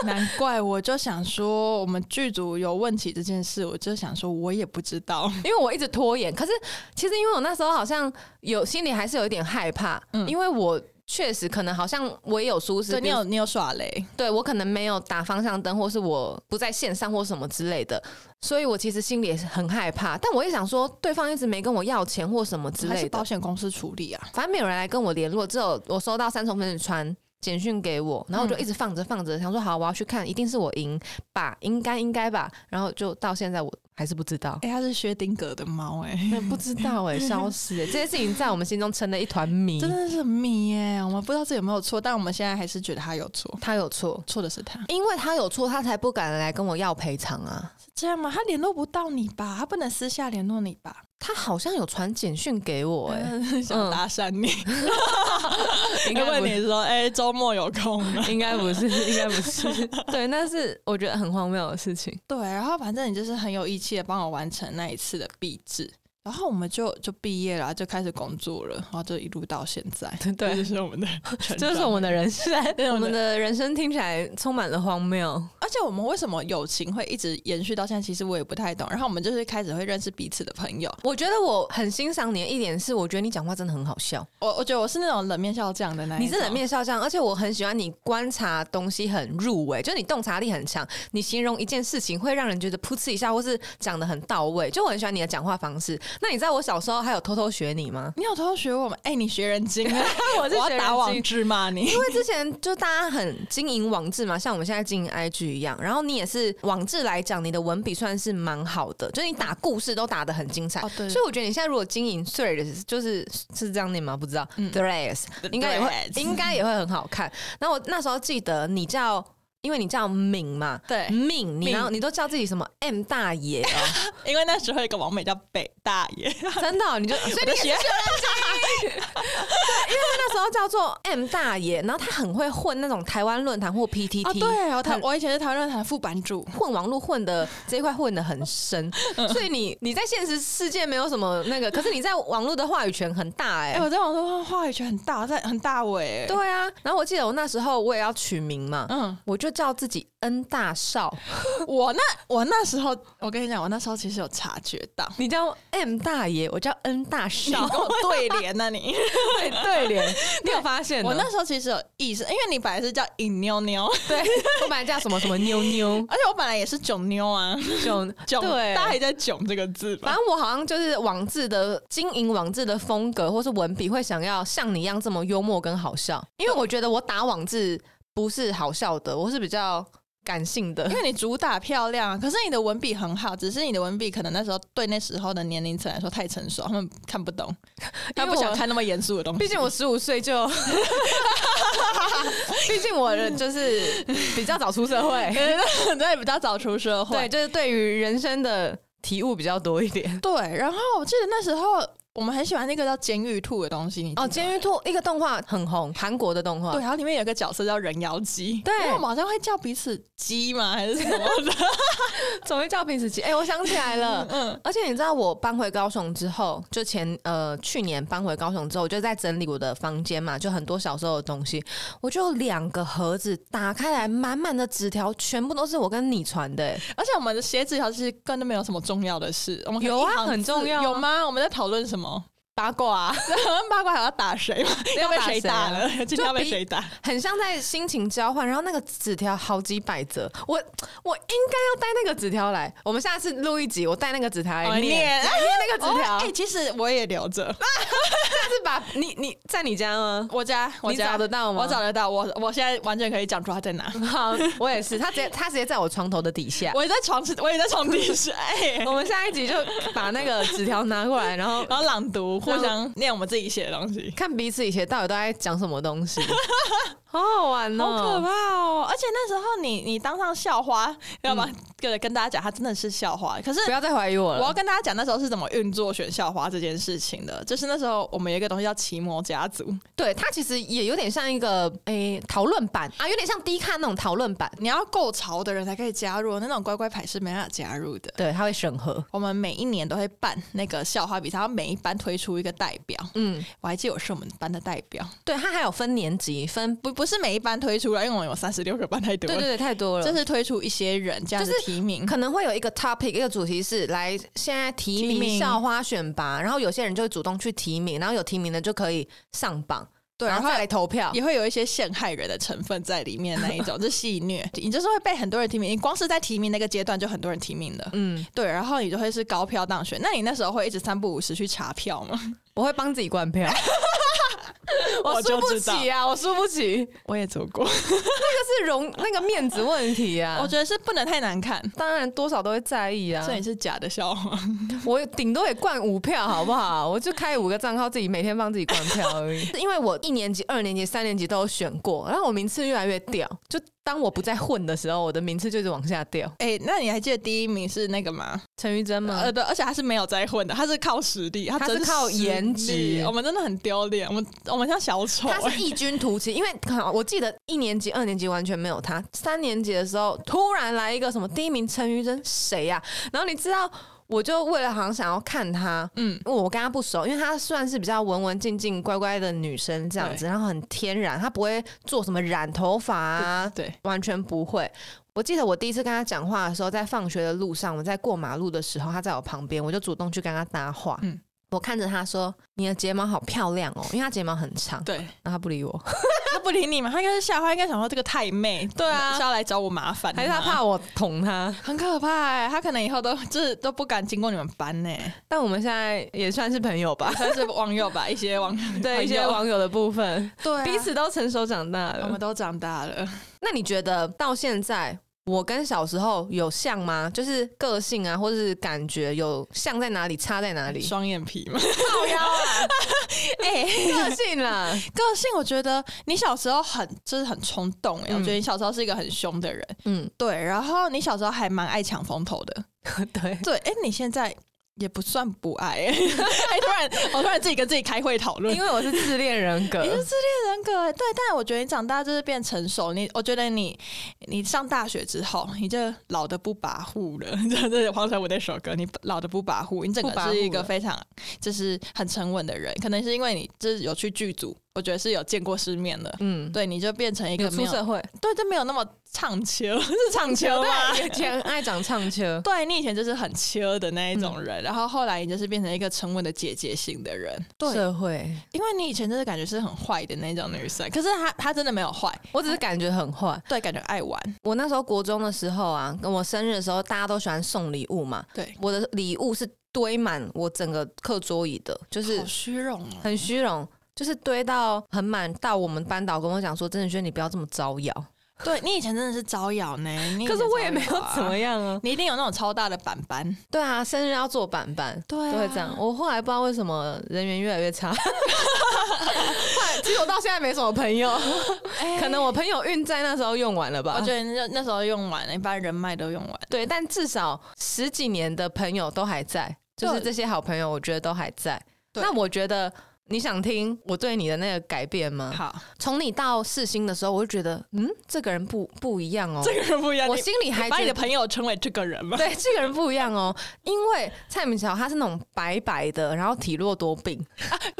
[SPEAKER 2] 难怪我就想说，我们剧组有问题这件事，我就想说，我也不知 道。
[SPEAKER 1] 因为我一直拖延。可是其实因为我那时候好像有心里还是有一点害怕，因为我确实可能好像我也有疏失，
[SPEAKER 2] 嗯对你
[SPEAKER 1] 比如
[SPEAKER 2] 有你有耍雷，
[SPEAKER 1] 对我可能没有打方向灯，或是我不在线上或什么之类的，所以我其实心里也是很害怕。但我也想说，对方一直没跟我要钱或什么之
[SPEAKER 2] 还是
[SPEAKER 1] 类
[SPEAKER 2] 保
[SPEAKER 1] 的，
[SPEAKER 2] 险公司处理啊？
[SPEAKER 1] 反正没有人来跟我联络，只有我收到三重粉传简讯给我，然后我就
[SPEAKER 2] 嗯
[SPEAKER 1] 一直放着放着，想说好，我要去看，一定是我赢吧，应该应该吧，然后就到现在我还是不知 道。
[SPEAKER 2] 哎、它是薛丁格的猫、哎，
[SPEAKER 1] 嗯不知道哎、消失、欸、这件事情在我们心中成了一团谜。
[SPEAKER 2] 真的是迷耶、我们不知道自己有没有错，但我们现在还是觉得他有错，
[SPEAKER 1] 他有错，
[SPEAKER 2] 错的是他，
[SPEAKER 1] 因为他有错，他才不敢来跟我要赔偿啊。
[SPEAKER 2] 是这样吗？他联络不到你吧？他不能私下联络你吧？
[SPEAKER 1] 他好像有传简讯给我、欸，
[SPEAKER 2] 嗯 想搭讪你，
[SPEAKER 1] 应
[SPEAKER 2] 因
[SPEAKER 1] 该
[SPEAKER 2] 为
[SPEAKER 1] 不
[SPEAKER 2] 你说，哎、周末有空吗？
[SPEAKER 1] 应该不是，应该不是。 对，那是我觉得很荒谬的事情。
[SPEAKER 2] 对，然后反正你就是很有义气的帮我完成那一次的毕制，然后我们就就毕业了，就开始工作了，然后就一路到现在，
[SPEAKER 1] 对
[SPEAKER 2] 这就是我们的成长，
[SPEAKER 1] 这就是我们的人生，
[SPEAKER 2] 对
[SPEAKER 1] 我
[SPEAKER 2] 我
[SPEAKER 1] 们
[SPEAKER 2] 们
[SPEAKER 1] 的人生听起来充满了荒谬。
[SPEAKER 2] 而且我们为什么友情会一直延续到现在？其实我也不太懂。然后我们就是开始会认识彼此的朋友。
[SPEAKER 1] 我觉得我很欣赏你的一点是，我觉得你讲话真的很好笑，
[SPEAKER 2] 我我觉得我是那种冷面笑匠的那一种
[SPEAKER 1] 你是冷，面笑匠，而且我很喜欢你观察东西很入微，就是你洞察力很强，你形容一件事情会让人觉得噗嗤一下，或是讲的很到位。就我很喜欢你的讲话方式。那你在我小时候还有偷偷学你吗？
[SPEAKER 2] 你有偷偷学我们？哎、你学人精啊！
[SPEAKER 1] 我
[SPEAKER 2] 我要打网志骂 你。
[SPEAKER 1] 因为之前就大家很经营网志嘛，像我们现在经营 IG 一样，然后你也是网志来讲，你的文笔算是蛮好的，就是你打故事都打得很精彩。
[SPEAKER 2] 哦，对
[SPEAKER 1] 所以我觉得你现在如果经营 Threads，就是是这样念吗？不知道、
[SPEAKER 2] 嗯
[SPEAKER 1] Threads 应该也会
[SPEAKER 2] Threads
[SPEAKER 1] 应该也会很好看。然后我那时候记得你叫，因为你叫敏嘛。
[SPEAKER 2] 对，
[SPEAKER 1] 敏，你
[SPEAKER 2] 敏
[SPEAKER 1] 然后你都叫自己什么 M 大爷哦，
[SPEAKER 2] 因为那时候有一个网美叫北大爷，
[SPEAKER 1] 真的哦、你就所以
[SPEAKER 2] 我的学
[SPEAKER 1] 那时候叫做 M 大爷，然后他很会混那种台湾论坛或 PTT，、
[SPEAKER 2] 啊，对哦，他
[SPEAKER 1] 很
[SPEAKER 2] 我以前是台湾论坛副版主，
[SPEAKER 1] 混网络混的这一块混的很深，所以你你在现实世界没有什么那个，可是你在网络的话语权很大哎、
[SPEAKER 2] 哎、我在网络上话语权很大，在很大尾、
[SPEAKER 1] 对啊，然后我记得我那时候我也要取名嘛，
[SPEAKER 2] 嗯，
[SPEAKER 1] 我就叫自己恩大少，
[SPEAKER 2] 我那我那时候，我跟你讲，我那时候其实有察觉到，
[SPEAKER 1] 你叫 M 大爷，我叫恩大
[SPEAKER 2] 你跟
[SPEAKER 1] 少，
[SPEAKER 2] 我对联呢、你。
[SPEAKER 1] 对对联，你有发现呢？哦
[SPEAKER 2] 我那时候其实有意识，因为你本来是叫尹妞妞，
[SPEAKER 1] 对， 我本来叫什么什么妞妞，
[SPEAKER 2] 而且我本来也是囧妞啊，
[SPEAKER 1] 囧
[SPEAKER 2] 囧，
[SPEAKER 1] 对
[SPEAKER 2] 大家还在囧这个字吧
[SPEAKER 1] 反？正我好像就是网志的经营网志的风格或是文笔，会想要像你一样这么幽默跟好笑，因为我觉得我打网志不是好笑的，我是比较感性的
[SPEAKER 2] 因。为你主打漂亮啊，可是你的文笔很好，只是你的文笔可能那时候对那时候的年龄层来说太成熟，他们看不懂，他
[SPEAKER 1] 因为
[SPEAKER 2] 不
[SPEAKER 1] 我
[SPEAKER 2] 想看那么严肃的东西。
[SPEAKER 1] 毕竟我十五岁就，毕竟我就是比较早出社会，
[SPEAKER 2] 对比较早出社会，
[SPEAKER 1] 对，就是对于人生的体悟比较多一点。
[SPEAKER 2] 对，然后我记得那时候我们很喜欢那个叫监狱兔的东西，你记得
[SPEAKER 1] 哦，监狱兔一个动画很红，韩国的动画
[SPEAKER 2] 对，，然后里面有一个角色叫人妖姬，
[SPEAKER 1] 对
[SPEAKER 2] 因为我们好像会叫彼此鸡嘛，还是什么的，
[SPEAKER 1] 总会叫平时鸡。哎、我想起来了，
[SPEAKER 2] 嗯，
[SPEAKER 1] 而且你知道，我搬回高雄之后，就前呃去年搬回高雄之后，我就在整理我的房间嘛，就很多小时候的东西，我就有两个盒子打开来，满满的纸条，全部都是我跟你传的、欸
[SPEAKER 2] 而且我们的写纸条其实根本没有什么重要的事，我们可能
[SPEAKER 1] 有啊
[SPEAKER 2] 一行字
[SPEAKER 1] 很重要啊
[SPEAKER 2] 有吗？我们在讨论什么？
[SPEAKER 1] 八卦、啊，
[SPEAKER 2] 八卦还要打谁 吗？要被谁啊打了？ 今天要被谁打？
[SPEAKER 1] 很像在心情交换。然后那个纸条好几百折，我我应该要带那个纸条来，我们下次录一集，我带那个纸条来
[SPEAKER 2] 哦
[SPEAKER 1] 念，
[SPEAKER 2] 念
[SPEAKER 1] 来念那个纸条。
[SPEAKER 2] 哦哎，其实我也留 着，
[SPEAKER 1] 下次把你你在你家吗？
[SPEAKER 2] 我家我
[SPEAKER 1] 你
[SPEAKER 2] 家
[SPEAKER 1] 找得到吗
[SPEAKER 2] 我找得到，我我现在完全可以讲出它在哪。
[SPEAKER 1] 好， 我也是，他直接他直接在我床头的底下。
[SPEAKER 2] 我也在床，我也在床底下， 哎
[SPEAKER 1] 我们下一集就把那个纸条拿过来，然后
[SPEAKER 2] 然后朗读，互
[SPEAKER 1] 然后
[SPEAKER 2] 相念我们自己写的东西。
[SPEAKER 1] 看彼此以前到底都在讲什么东西， 好好玩
[SPEAKER 2] 好可
[SPEAKER 1] 哦！
[SPEAKER 2] 怕哦！而且那时候你你当上校花，要吗？对，跟大家讲，他真的是校花。可是
[SPEAKER 1] 嗯不要再怀疑我
[SPEAKER 2] 我要
[SPEAKER 1] 了。
[SPEAKER 2] 跟大家讲那时候是怎么运作选校花这件事情的。就是那时候我们有一个东西叫奇摩家族，
[SPEAKER 1] 对，它其实也有点像一个诶讨论版啊，有点像低看那种讨论版。
[SPEAKER 2] 你要够潮的人才可以加入，那种乖乖牌是没办法加入的。
[SPEAKER 1] 对，它会审核。
[SPEAKER 2] 我们每一年都会办那个校花比赛，然后每一班推出一个代表。
[SPEAKER 1] 嗯，
[SPEAKER 2] 我还记得我是我们班的代表，
[SPEAKER 1] 对，它还有分年级，分
[SPEAKER 2] 不不是每一班推出了，因为我们有三十六个班太多
[SPEAKER 1] 对
[SPEAKER 2] 了，
[SPEAKER 1] 对对，太多了。嗯
[SPEAKER 2] 就是推出一些人这样子
[SPEAKER 1] 就是
[SPEAKER 2] 提名。
[SPEAKER 1] 可能会有一个 topic，一个主题是来现在提
[SPEAKER 2] 提
[SPEAKER 1] 名
[SPEAKER 2] 名
[SPEAKER 1] 校花选拔，然后有些人就会主动去提名，然后有提名的就可以上榜。
[SPEAKER 2] 对，
[SPEAKER 1] 然
[SPEAKER 2] 然
[SPEAKER 1] 后
[SPEAKER 2] 后
[SPEAKER 1] 再来投票。
[SPEAKER 2] 也会有一些陷害人的成分在里面那一 种，就戏虐，你就是会被很多人提名，你光是在提名那个阶段就很多人提名了。
[SPEAKER 1] 嗯，
[SPEAKER 2] 对，然后你就会是高票当选。那你那时候会一直三不五时去查票吗？
[SPEAKER 1] 我会帮自己灌 票。我
[SPEAKER 2] 我
[SPEAKER 1] 输
[SPEAKER 2] 就
[SPEAKER 1] 不
[SPEAKER 2] 知道
[SPEAKER 1] 起 啊，我输不起，
[SPEAKER 2] 我也做过，
[SPEAKER 1] 这是容那个面子问题 啊。
[SPEAKER 2] 我觉得是不能太难看，
[SPEAKER 1] 当然多少都会在意啊
[SPEAKER 2] 这。也是假的笑话。
[SPEAKER 1] 我顶多也灌五票，好不好？ 我就开五个账号，自己每天帮自己灌票而已。 因为我一年级、二年级、三年级都有选过，然后我名次越来越掉。就当我不再混的时候，我的名次就一直往下掉。
[SPEAKER 2] 哎、那你还记得第一名是那个吗？
[SPEAKER 1] 陈玉珍吗？
[SPEAKER 2] 呃，对，而且他是没有在混的，他是靠实力，他
[SPEAKER 1] 他是
[SPEAKER 2] 真
[SPEAKER 1] 靠
[SPEAKER 2] 实力
[SPEAKER 1] 颜值
[SPEAKER 2] 我们真的很丢脸，我们我们像小丑、
[SPEAKER 1] 他
[SPEAKER 2] 哎
[SPEAKER 1] 是异军突起，因为看我记得一年级、二年级完全没有他，三年级的时候突然来一个什么第一名陈玉珍谁呀、然后你知道，我就为了好像想要看他，
[SPEAKER 2] 嗯，
[SPEAKER 1] 因为我跟她不熟，因为她算是比较文文静静、乖乖的女生这样子，然后很天然，她不会做什么染头发啊，
[SPEAKER 2] 对，
[SPEAKER 1] 完全不会。我记得我第一次跟她讲话的时候，在放学的路上，我在过马路的时候，她在我旁边，我就主动去跟她搭话。
[SPEAKER 2] 嗯
[SPEAKER 1] 我看着她说：“你的睫毛好漂亮哦，因为她睫毛很长。”
[SPEAKER 2] 对，
[SPEAKER 1] 然后她不理我，
[SPEAKER 2] 他不理你嘛，他应该是吓坏，应该想说这个太妹，对
[SPEAKER 1] 啊
[SPEAKER 2] 是要来找我麻烦的吗，
[SPEAKER 1] 还是她怕我捅 她？
[SPEAKER 2] 很可怕、哎，他可能以后都就是都不敢经过你们班呢、
[SPEAKER 1] 但我们现在也算是朋友吧
[SPEAKER 2] ，算是网友吧，一些网
[SPEAKER 1] 对一些
[SPEAKER 2] 朋友
[SPEAKER 1] 网友啊的部分，
[SPEAKER 2] 对、
[SPEAKER 1] 彼此都成熟长大
[SPEAKER 2] 我
[SPEAKER 1] 了
[SPEAKER 2] 们。都长大了，
[SPEAKER 1] 那你觉得到现在，我跟小时候有像吗？就是个性啊，或是感觉有像在哪里，差在哪里？
[SPEAKER 2] 双眼皮嘛。
[SPEAKER 1] 靠腰 啊，
[SPEAKER 2] 哎、
[SPEAKER 1] 个性啦，
[SPEAKER 2] 个性啊我觉得你小时候很就是很冲动、哎，
[SPEAKER 1] 嗯
[SPEAKER 2] 我觉得你小时候是一个很凶的人，
[SPEAKER 1] 嗯，
[SPEAKER 2] 对，然后你小时候还蛮爱抢风头的，
[SPEAKER 1] 对。
[SPEAKER 2] 对，哎、你现在也不算不爱、 哎哎突然我突然自己跟自己开会讨论，
[SPEAKER 1] 因为我是自恋人格
[SPEAKER 2] 你，是自恋人格、哎对，但我觉得你长大就是变成熟，你我觉得你你上大学之后，你就老的不跋扈了， 这这是黄晨武那首歌，你老的不跋扈，你整
[SPEAKER 1] 不
[SPEAKER 2] 个
[SPEAKER 1] 跋扈
[SPEAKER 2] 是一个
[SPEAKER 1] 了
[SPEAKER 2] 非常就是很沉稳的人，可能是因为你就是有去剧组，我觉得是有见过世面的，
[SPEAKER 1] 嗯，
[SPEAKER 2] 对，你就变成一
[SPEAKER 1] 有
[SPEAKER 2] 个没
[SPEAKER 1] 出
[SPEAKER 2] 有
[SPEAKER 1] 社 会，
[SPEAKER 2] 对，就没有那么唱秋， 是唱秋吗？
[SPEAKER 1] 对，以前爱长唱 秋，
[SPEAKER 2] 对你以前就是很秋的那一
[SPEAKER 1] 嗯
[SPEAKER 2] 种人，然后后来你就是变成一个沉稳的姐姐型的人，
[SPEAKER 1] 社会，
[SPEAKER 2] 因为你以前真的感觉是很坏的那种女生，可是她她真的没有坏，
[SPEAKER 1] 我只是感觉很坏。
[SPEAKER 2] 对，感觉爱玩，
[SPEAKER 1] 我那时候国中的时候啊，跟我生日的时候，大家都喜欢送礼物嘛，
[SPEAKER 2] 对，
[SPEAKER 1] 我的礼物是堆满我整个课桌椅的，就是
[SPEAKER 2] 好虚荣哦。
[SPEAKER 1] 很虚荣，就是堆到很满，到我们班导跟我讲说：“郑宇轩，你不要这么招摇。
[SPEAKER 2] 对你以前真的是招摇呢，你以前
[SPEAKER 1] 可是我也
[SPEAKER 2] 招摇
[SPEAKER 1] 没有
[SPEAKER 2] 啊
[SPEAKER 1] 怎么。样啊。
[SPEAKER 2] 你一定有那种超大的板板，
[SPEAKER 1] 对啊，生日要做板板，
[SPEAKER 2] 对啊
[SPEAKER 1] 都会这样。我后来不知道为什么人缘越来越差， 后来其实我到现在没什么朋友，可能我朋友运在那时候用完了吧
[SPEAKER 2] 我觉。得那那时候用完了，你把人脉都用完。
[SPEAKER 1] 对，但至少十几年的朋友都还在，就是
[SPEAKER 2] 对
[SPEAKER 1] 这些好朋友，我觉得都还在。
[SPEAKER 2] 对
[SPEAKER 1] 那我觉得你想听我对你的那个改变吗？
[SPEAKER 2] 好，
[SPEAKER 1] 从你到世新的时候，我就觉得，嗯，这个人不不一样哦。
[SPEAKER 2] 这个人不一样，
[SPEAKER 1] 我
[SPEAKER 2] 你
[SPEAKER 1] 心里还
[SPEAKER 2] 把你
[SPEAKER 1] 觉
[SPEAKER 2] 的
[SPEAKER 1] 得，
[SPEAKER 2] 朋友称为这个人吗？
[SPEAKER 1] 对，这个人不一样哦。因为蔡明桥他是那种白白的，然后体弱多病。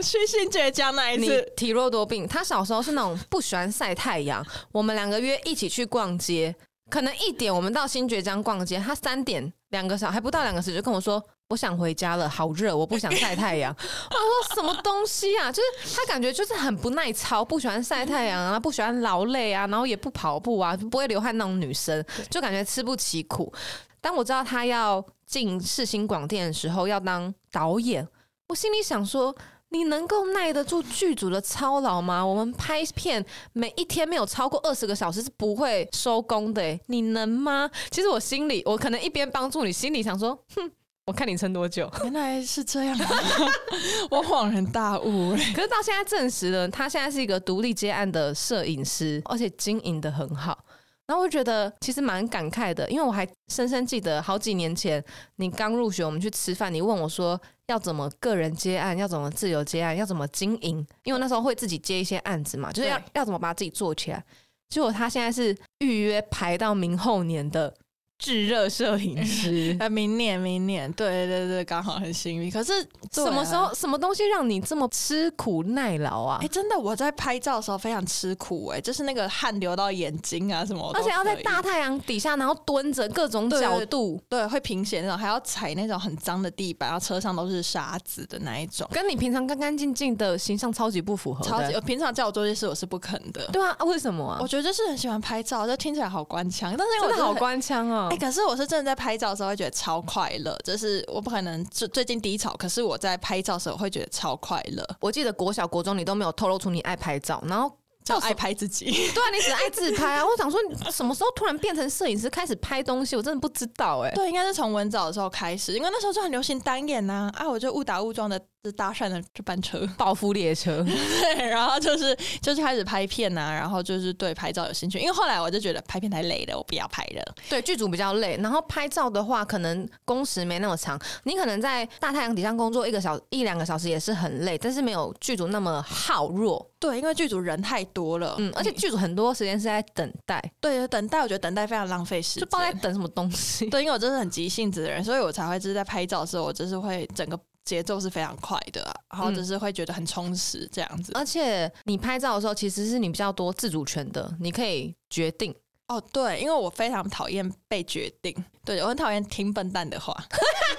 [SPEAKER 2] 去新觉江那一
[SPEAKER 1] 你
[SPEAKER 2] 次，
[SPEAKER 1] 体弱多病，他小时候是那种不喜欢晒太阳。我们两个约一起去逛街，可能一点我们到新觉江逛街，他三点两个小还不到两个小时就跟我说。我想回家了，好热，我不想晒太阳。 我说什么东西啊？就是他感觉就是很不耐操，不喜欢晒太阳啊，不喜欢劳累啊，然后也不跑步啊，不会流汗那种女生，就感觉吃不起苦。当我知道他要进世新广电的时候要当导演，我心里想说，你能够耐得住剧组的操劳吗？我们拍片每一天没有超过二十个小时是不会收工的、欸，你能吗？其实我心里，我可能一边帮助你，心里想说，哼，我看你撑多久。
[SPEAKER 2] 原来是这样、啊， 我恍然大悟、哎
[SPEAKER 1] 可是到现在证实了，他现在是一个独立接案的摄影师，而且经营的很好。然后我觉得其实蛮感慨的，因为我还深深记得好几年前你刚入学，我们去吃饭，你问我说要怎么个人接案，要怎么自由接案，要怎么经营，因为我那时候会自己接一些案子嘛，就是要
[SPEAKER 2] 对。
[SPEAKER 1] 要怎么把自己做起来。结果他现在是预约排到明后年的
[SPEAKER 3] 炙热摄影师
[SPEAKER 2] 呃，明年明年，对对对，刚好很幸运。可是
[SPEAKER 1] 什么时？
[SPEAKER 2] 对啊
[SPEAKER 1] 候什么东西让你这么吃苦耐劳啊
[SPEAKER 2] 哎、？真的，我在拍照的时候非常吃苦、哎，就是那个汗流到眼睛啊什么，我都
[SPEAKER 1] 而且要在
[SPEAKER 2] 可以
[SPEAKER 1] 大太阳底下，然后蹲着各种
[SPEAKER 2] 对
[SPEAKER 1] 角度，
[SPEAKER 2] 对会贫血那种，还要踩那种很脏的地板，然后车上都是沙子的那一种，
[SPEAKER 1] 跟你平常干干净净的形象超级不符合的。
[SPEAKER 2] 超级。我平常叫我做这些事，我是不肯的。
[SPEAKER 1] 对啊，啊为什么啊
[SPEAKER 2] 我？觉得就是很喜欢拍照，这听起来好官腔，但是因为
[SPEAKER 1] 真
[SPEAKER 2] 我
[SPEAKER 1] 的好
[SPEAKER 2] 很
[SPEAKER 1] 官腔哦
[SPEAKER 2] 哎、。可是我是真的在拍照的时候会觉得超快乐，就是我不可能最最近低潮，可是我在拍照的时候会觉得超快乐，
[SPEAKER 1] 我记得国小、国中你都没有透露出你爱拍照，然 后
[SPEAKER 2] 就爱拍自 己。
[SPEAKER 1] 对啊，你只爱自拍啊。我想说，你什么时候突然变成摄影师开始拍东西？我真的不知道 哎、
[SPEAKER 2] 对，应该是从文藻的时候开始，因为那时候就很流行单眼呐、啊，我就误打误撞的搭讪了这班车，
[SPEAKER 1] 暴富列车，
[SPEAKER 2] 对，然后就是就是开始拍片呐、然后就是对拍照有兴趣，因为后来我就觉得拍片太累了，我不要拍了。
[SPEAKER 1] 对剧组比较累，然后拍照的话，可能工时没那么长，你可能在大太阳底下工作一个小一两个小时也是很累，但是没有剧组那么耗弱，
[SPEAKER 2] 对，因为剧组人太多了，
[SPEAKER 1] 嗯，而且剧组很多时间是在等待，
[SPEAKER 2] 对等待，我觉得等待非常浪费
[SPEAKER 1] 就
[SPEAKER 2] 时间。
[SPEAKER 1] 不知道在等什么东西。
[SPEAKER 2] 对，因为我真的很急性子的人，所以我才会就是在拍照的时候，我就是会整个节奏是非常快的啊、然后就是会觉得很充实这样子。
[SPEAKER 1] 而且你拍照的时候，其实是你比较多自主权的，你可以决定。
[SPEAKER 2] 哦，对，因为我非常讨厌被决定，对我很讨厌听笨蛋的话，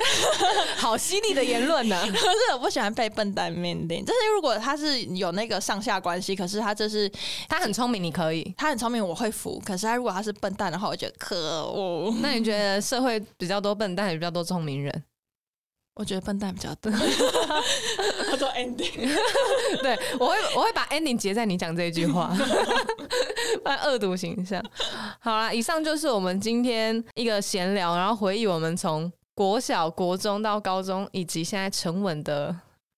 [SPEAKER 1] 好犀利的言论呢、
[SPEAKER 2] 啊可是我不喜欢被笨蛋命令。就是如果他是有那个上下关系，可是他就是
[SPEAKER 1] 他很聪明，你可 以。
[SPEAKER 2] 他很聪明，我会服。可是他如果他是笨蛋的话，我觉得可恶。
[SPEAKER 1] 那你觉得社会比较多笨蛋，还是比较多聪明人？
[SPEAKER 2] 我觉得笨蛋比较多。我做 ending，
[SPEAKER 1] 对我会，我会把 ending 结在你讲这一句 话，不然恶毒形象。好啦，以上就是我们今天一个闲聊，然后回忆我们从国小、国中到高中，以及现在沉稳的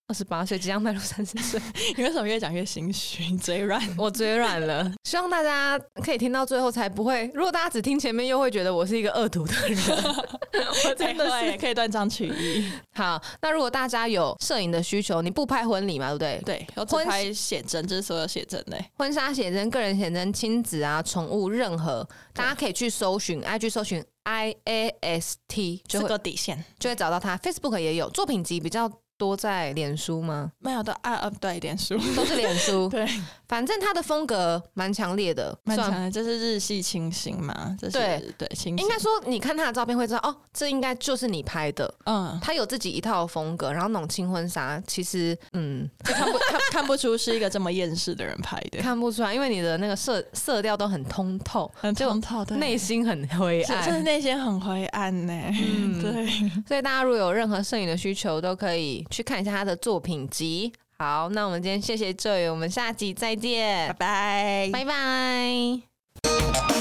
[SPEAKER 1] 二十八岁，即将迈入三十岁。
[SPEAKER 2] 你为什么越讲越心虚，嘴软？
[SPEAKER 1] 我嘴软了， 希望大家可以听到最后，才不会。如果大家只听前面，又会觉得我是一个恶毒的人。
[SPEAKER 2] 我
[SPEAKER 1] 真的是
[SPEAKER 2] 可以断章取义。
[SPEAKER 1] 好，那如果大家有摄影的需求，你不拍婚礼嘛，对不对？
[SPEAKER 2] 对，我只
[SPEAKER 1] 婚
[SPEAKER 2] 拍写真，这是所有写真的。
[SPEAKER 1] 婚纱写真、个人写真、亲子啊、宠物，任何大家可以去搜寻，IG 搜寻 I A S T 就
[SPEAKER 2] 这
[SPEAKER 1] 会
[SPEAKER 2] 个底线
[SPEAKER 1] 就会找到它。Facebook 也有作品集，比较多在脸书吗？
[SPEAKER 2] 没有的啊啊，对，脸书
[SPEAKER 1] 都是脸书，
[SPEAKER 2] 对，
[SPEAKER 1] 反正它的风格蛮强烈的，
[SPEAKER 2] 蛮
[SPEAKER 1] 算
[SPEAKER 2] 强的，这是日系清新嘛？这是
[SPEAKER 1] 对
[SPEAKER 2] 对清新，
[SPEAKER 1] 应该说，你看他的照片会知道，哦，这应该就是你拍的。
[SPEAKER 2] 嗯，
[SPEAKER 1] 他有自己一套风格，然后那种轻婚纱，其实嗯
[SPEAKER 2] 就看不看看不出是一个这么厌世的人拍的，
[SPEAKER 1] 看不出来，因为你的那个色色调都很通透，
[SPEAKER 2] 很通透的
[SPEAKER 1] 内心很灰
[SPEAKER 2] 是真的
[SPEAKER 1] 暗。
[SPEAKER 2] 内心很灰暗呢。
[SPEAKER 1] 嗯
[SPEAKER 2] 对，
[SPEAKER 1] 所以大家如果有任何摄影的需求，都可以去看一下他的作品集。好，那我们今天谢谢 Joy，我们下集再
[SPEAKER 2] 拜
[SPEAKER 1] 见，
[SPEAKER 2] 拜。
[SPEAKER 1] 拜拜。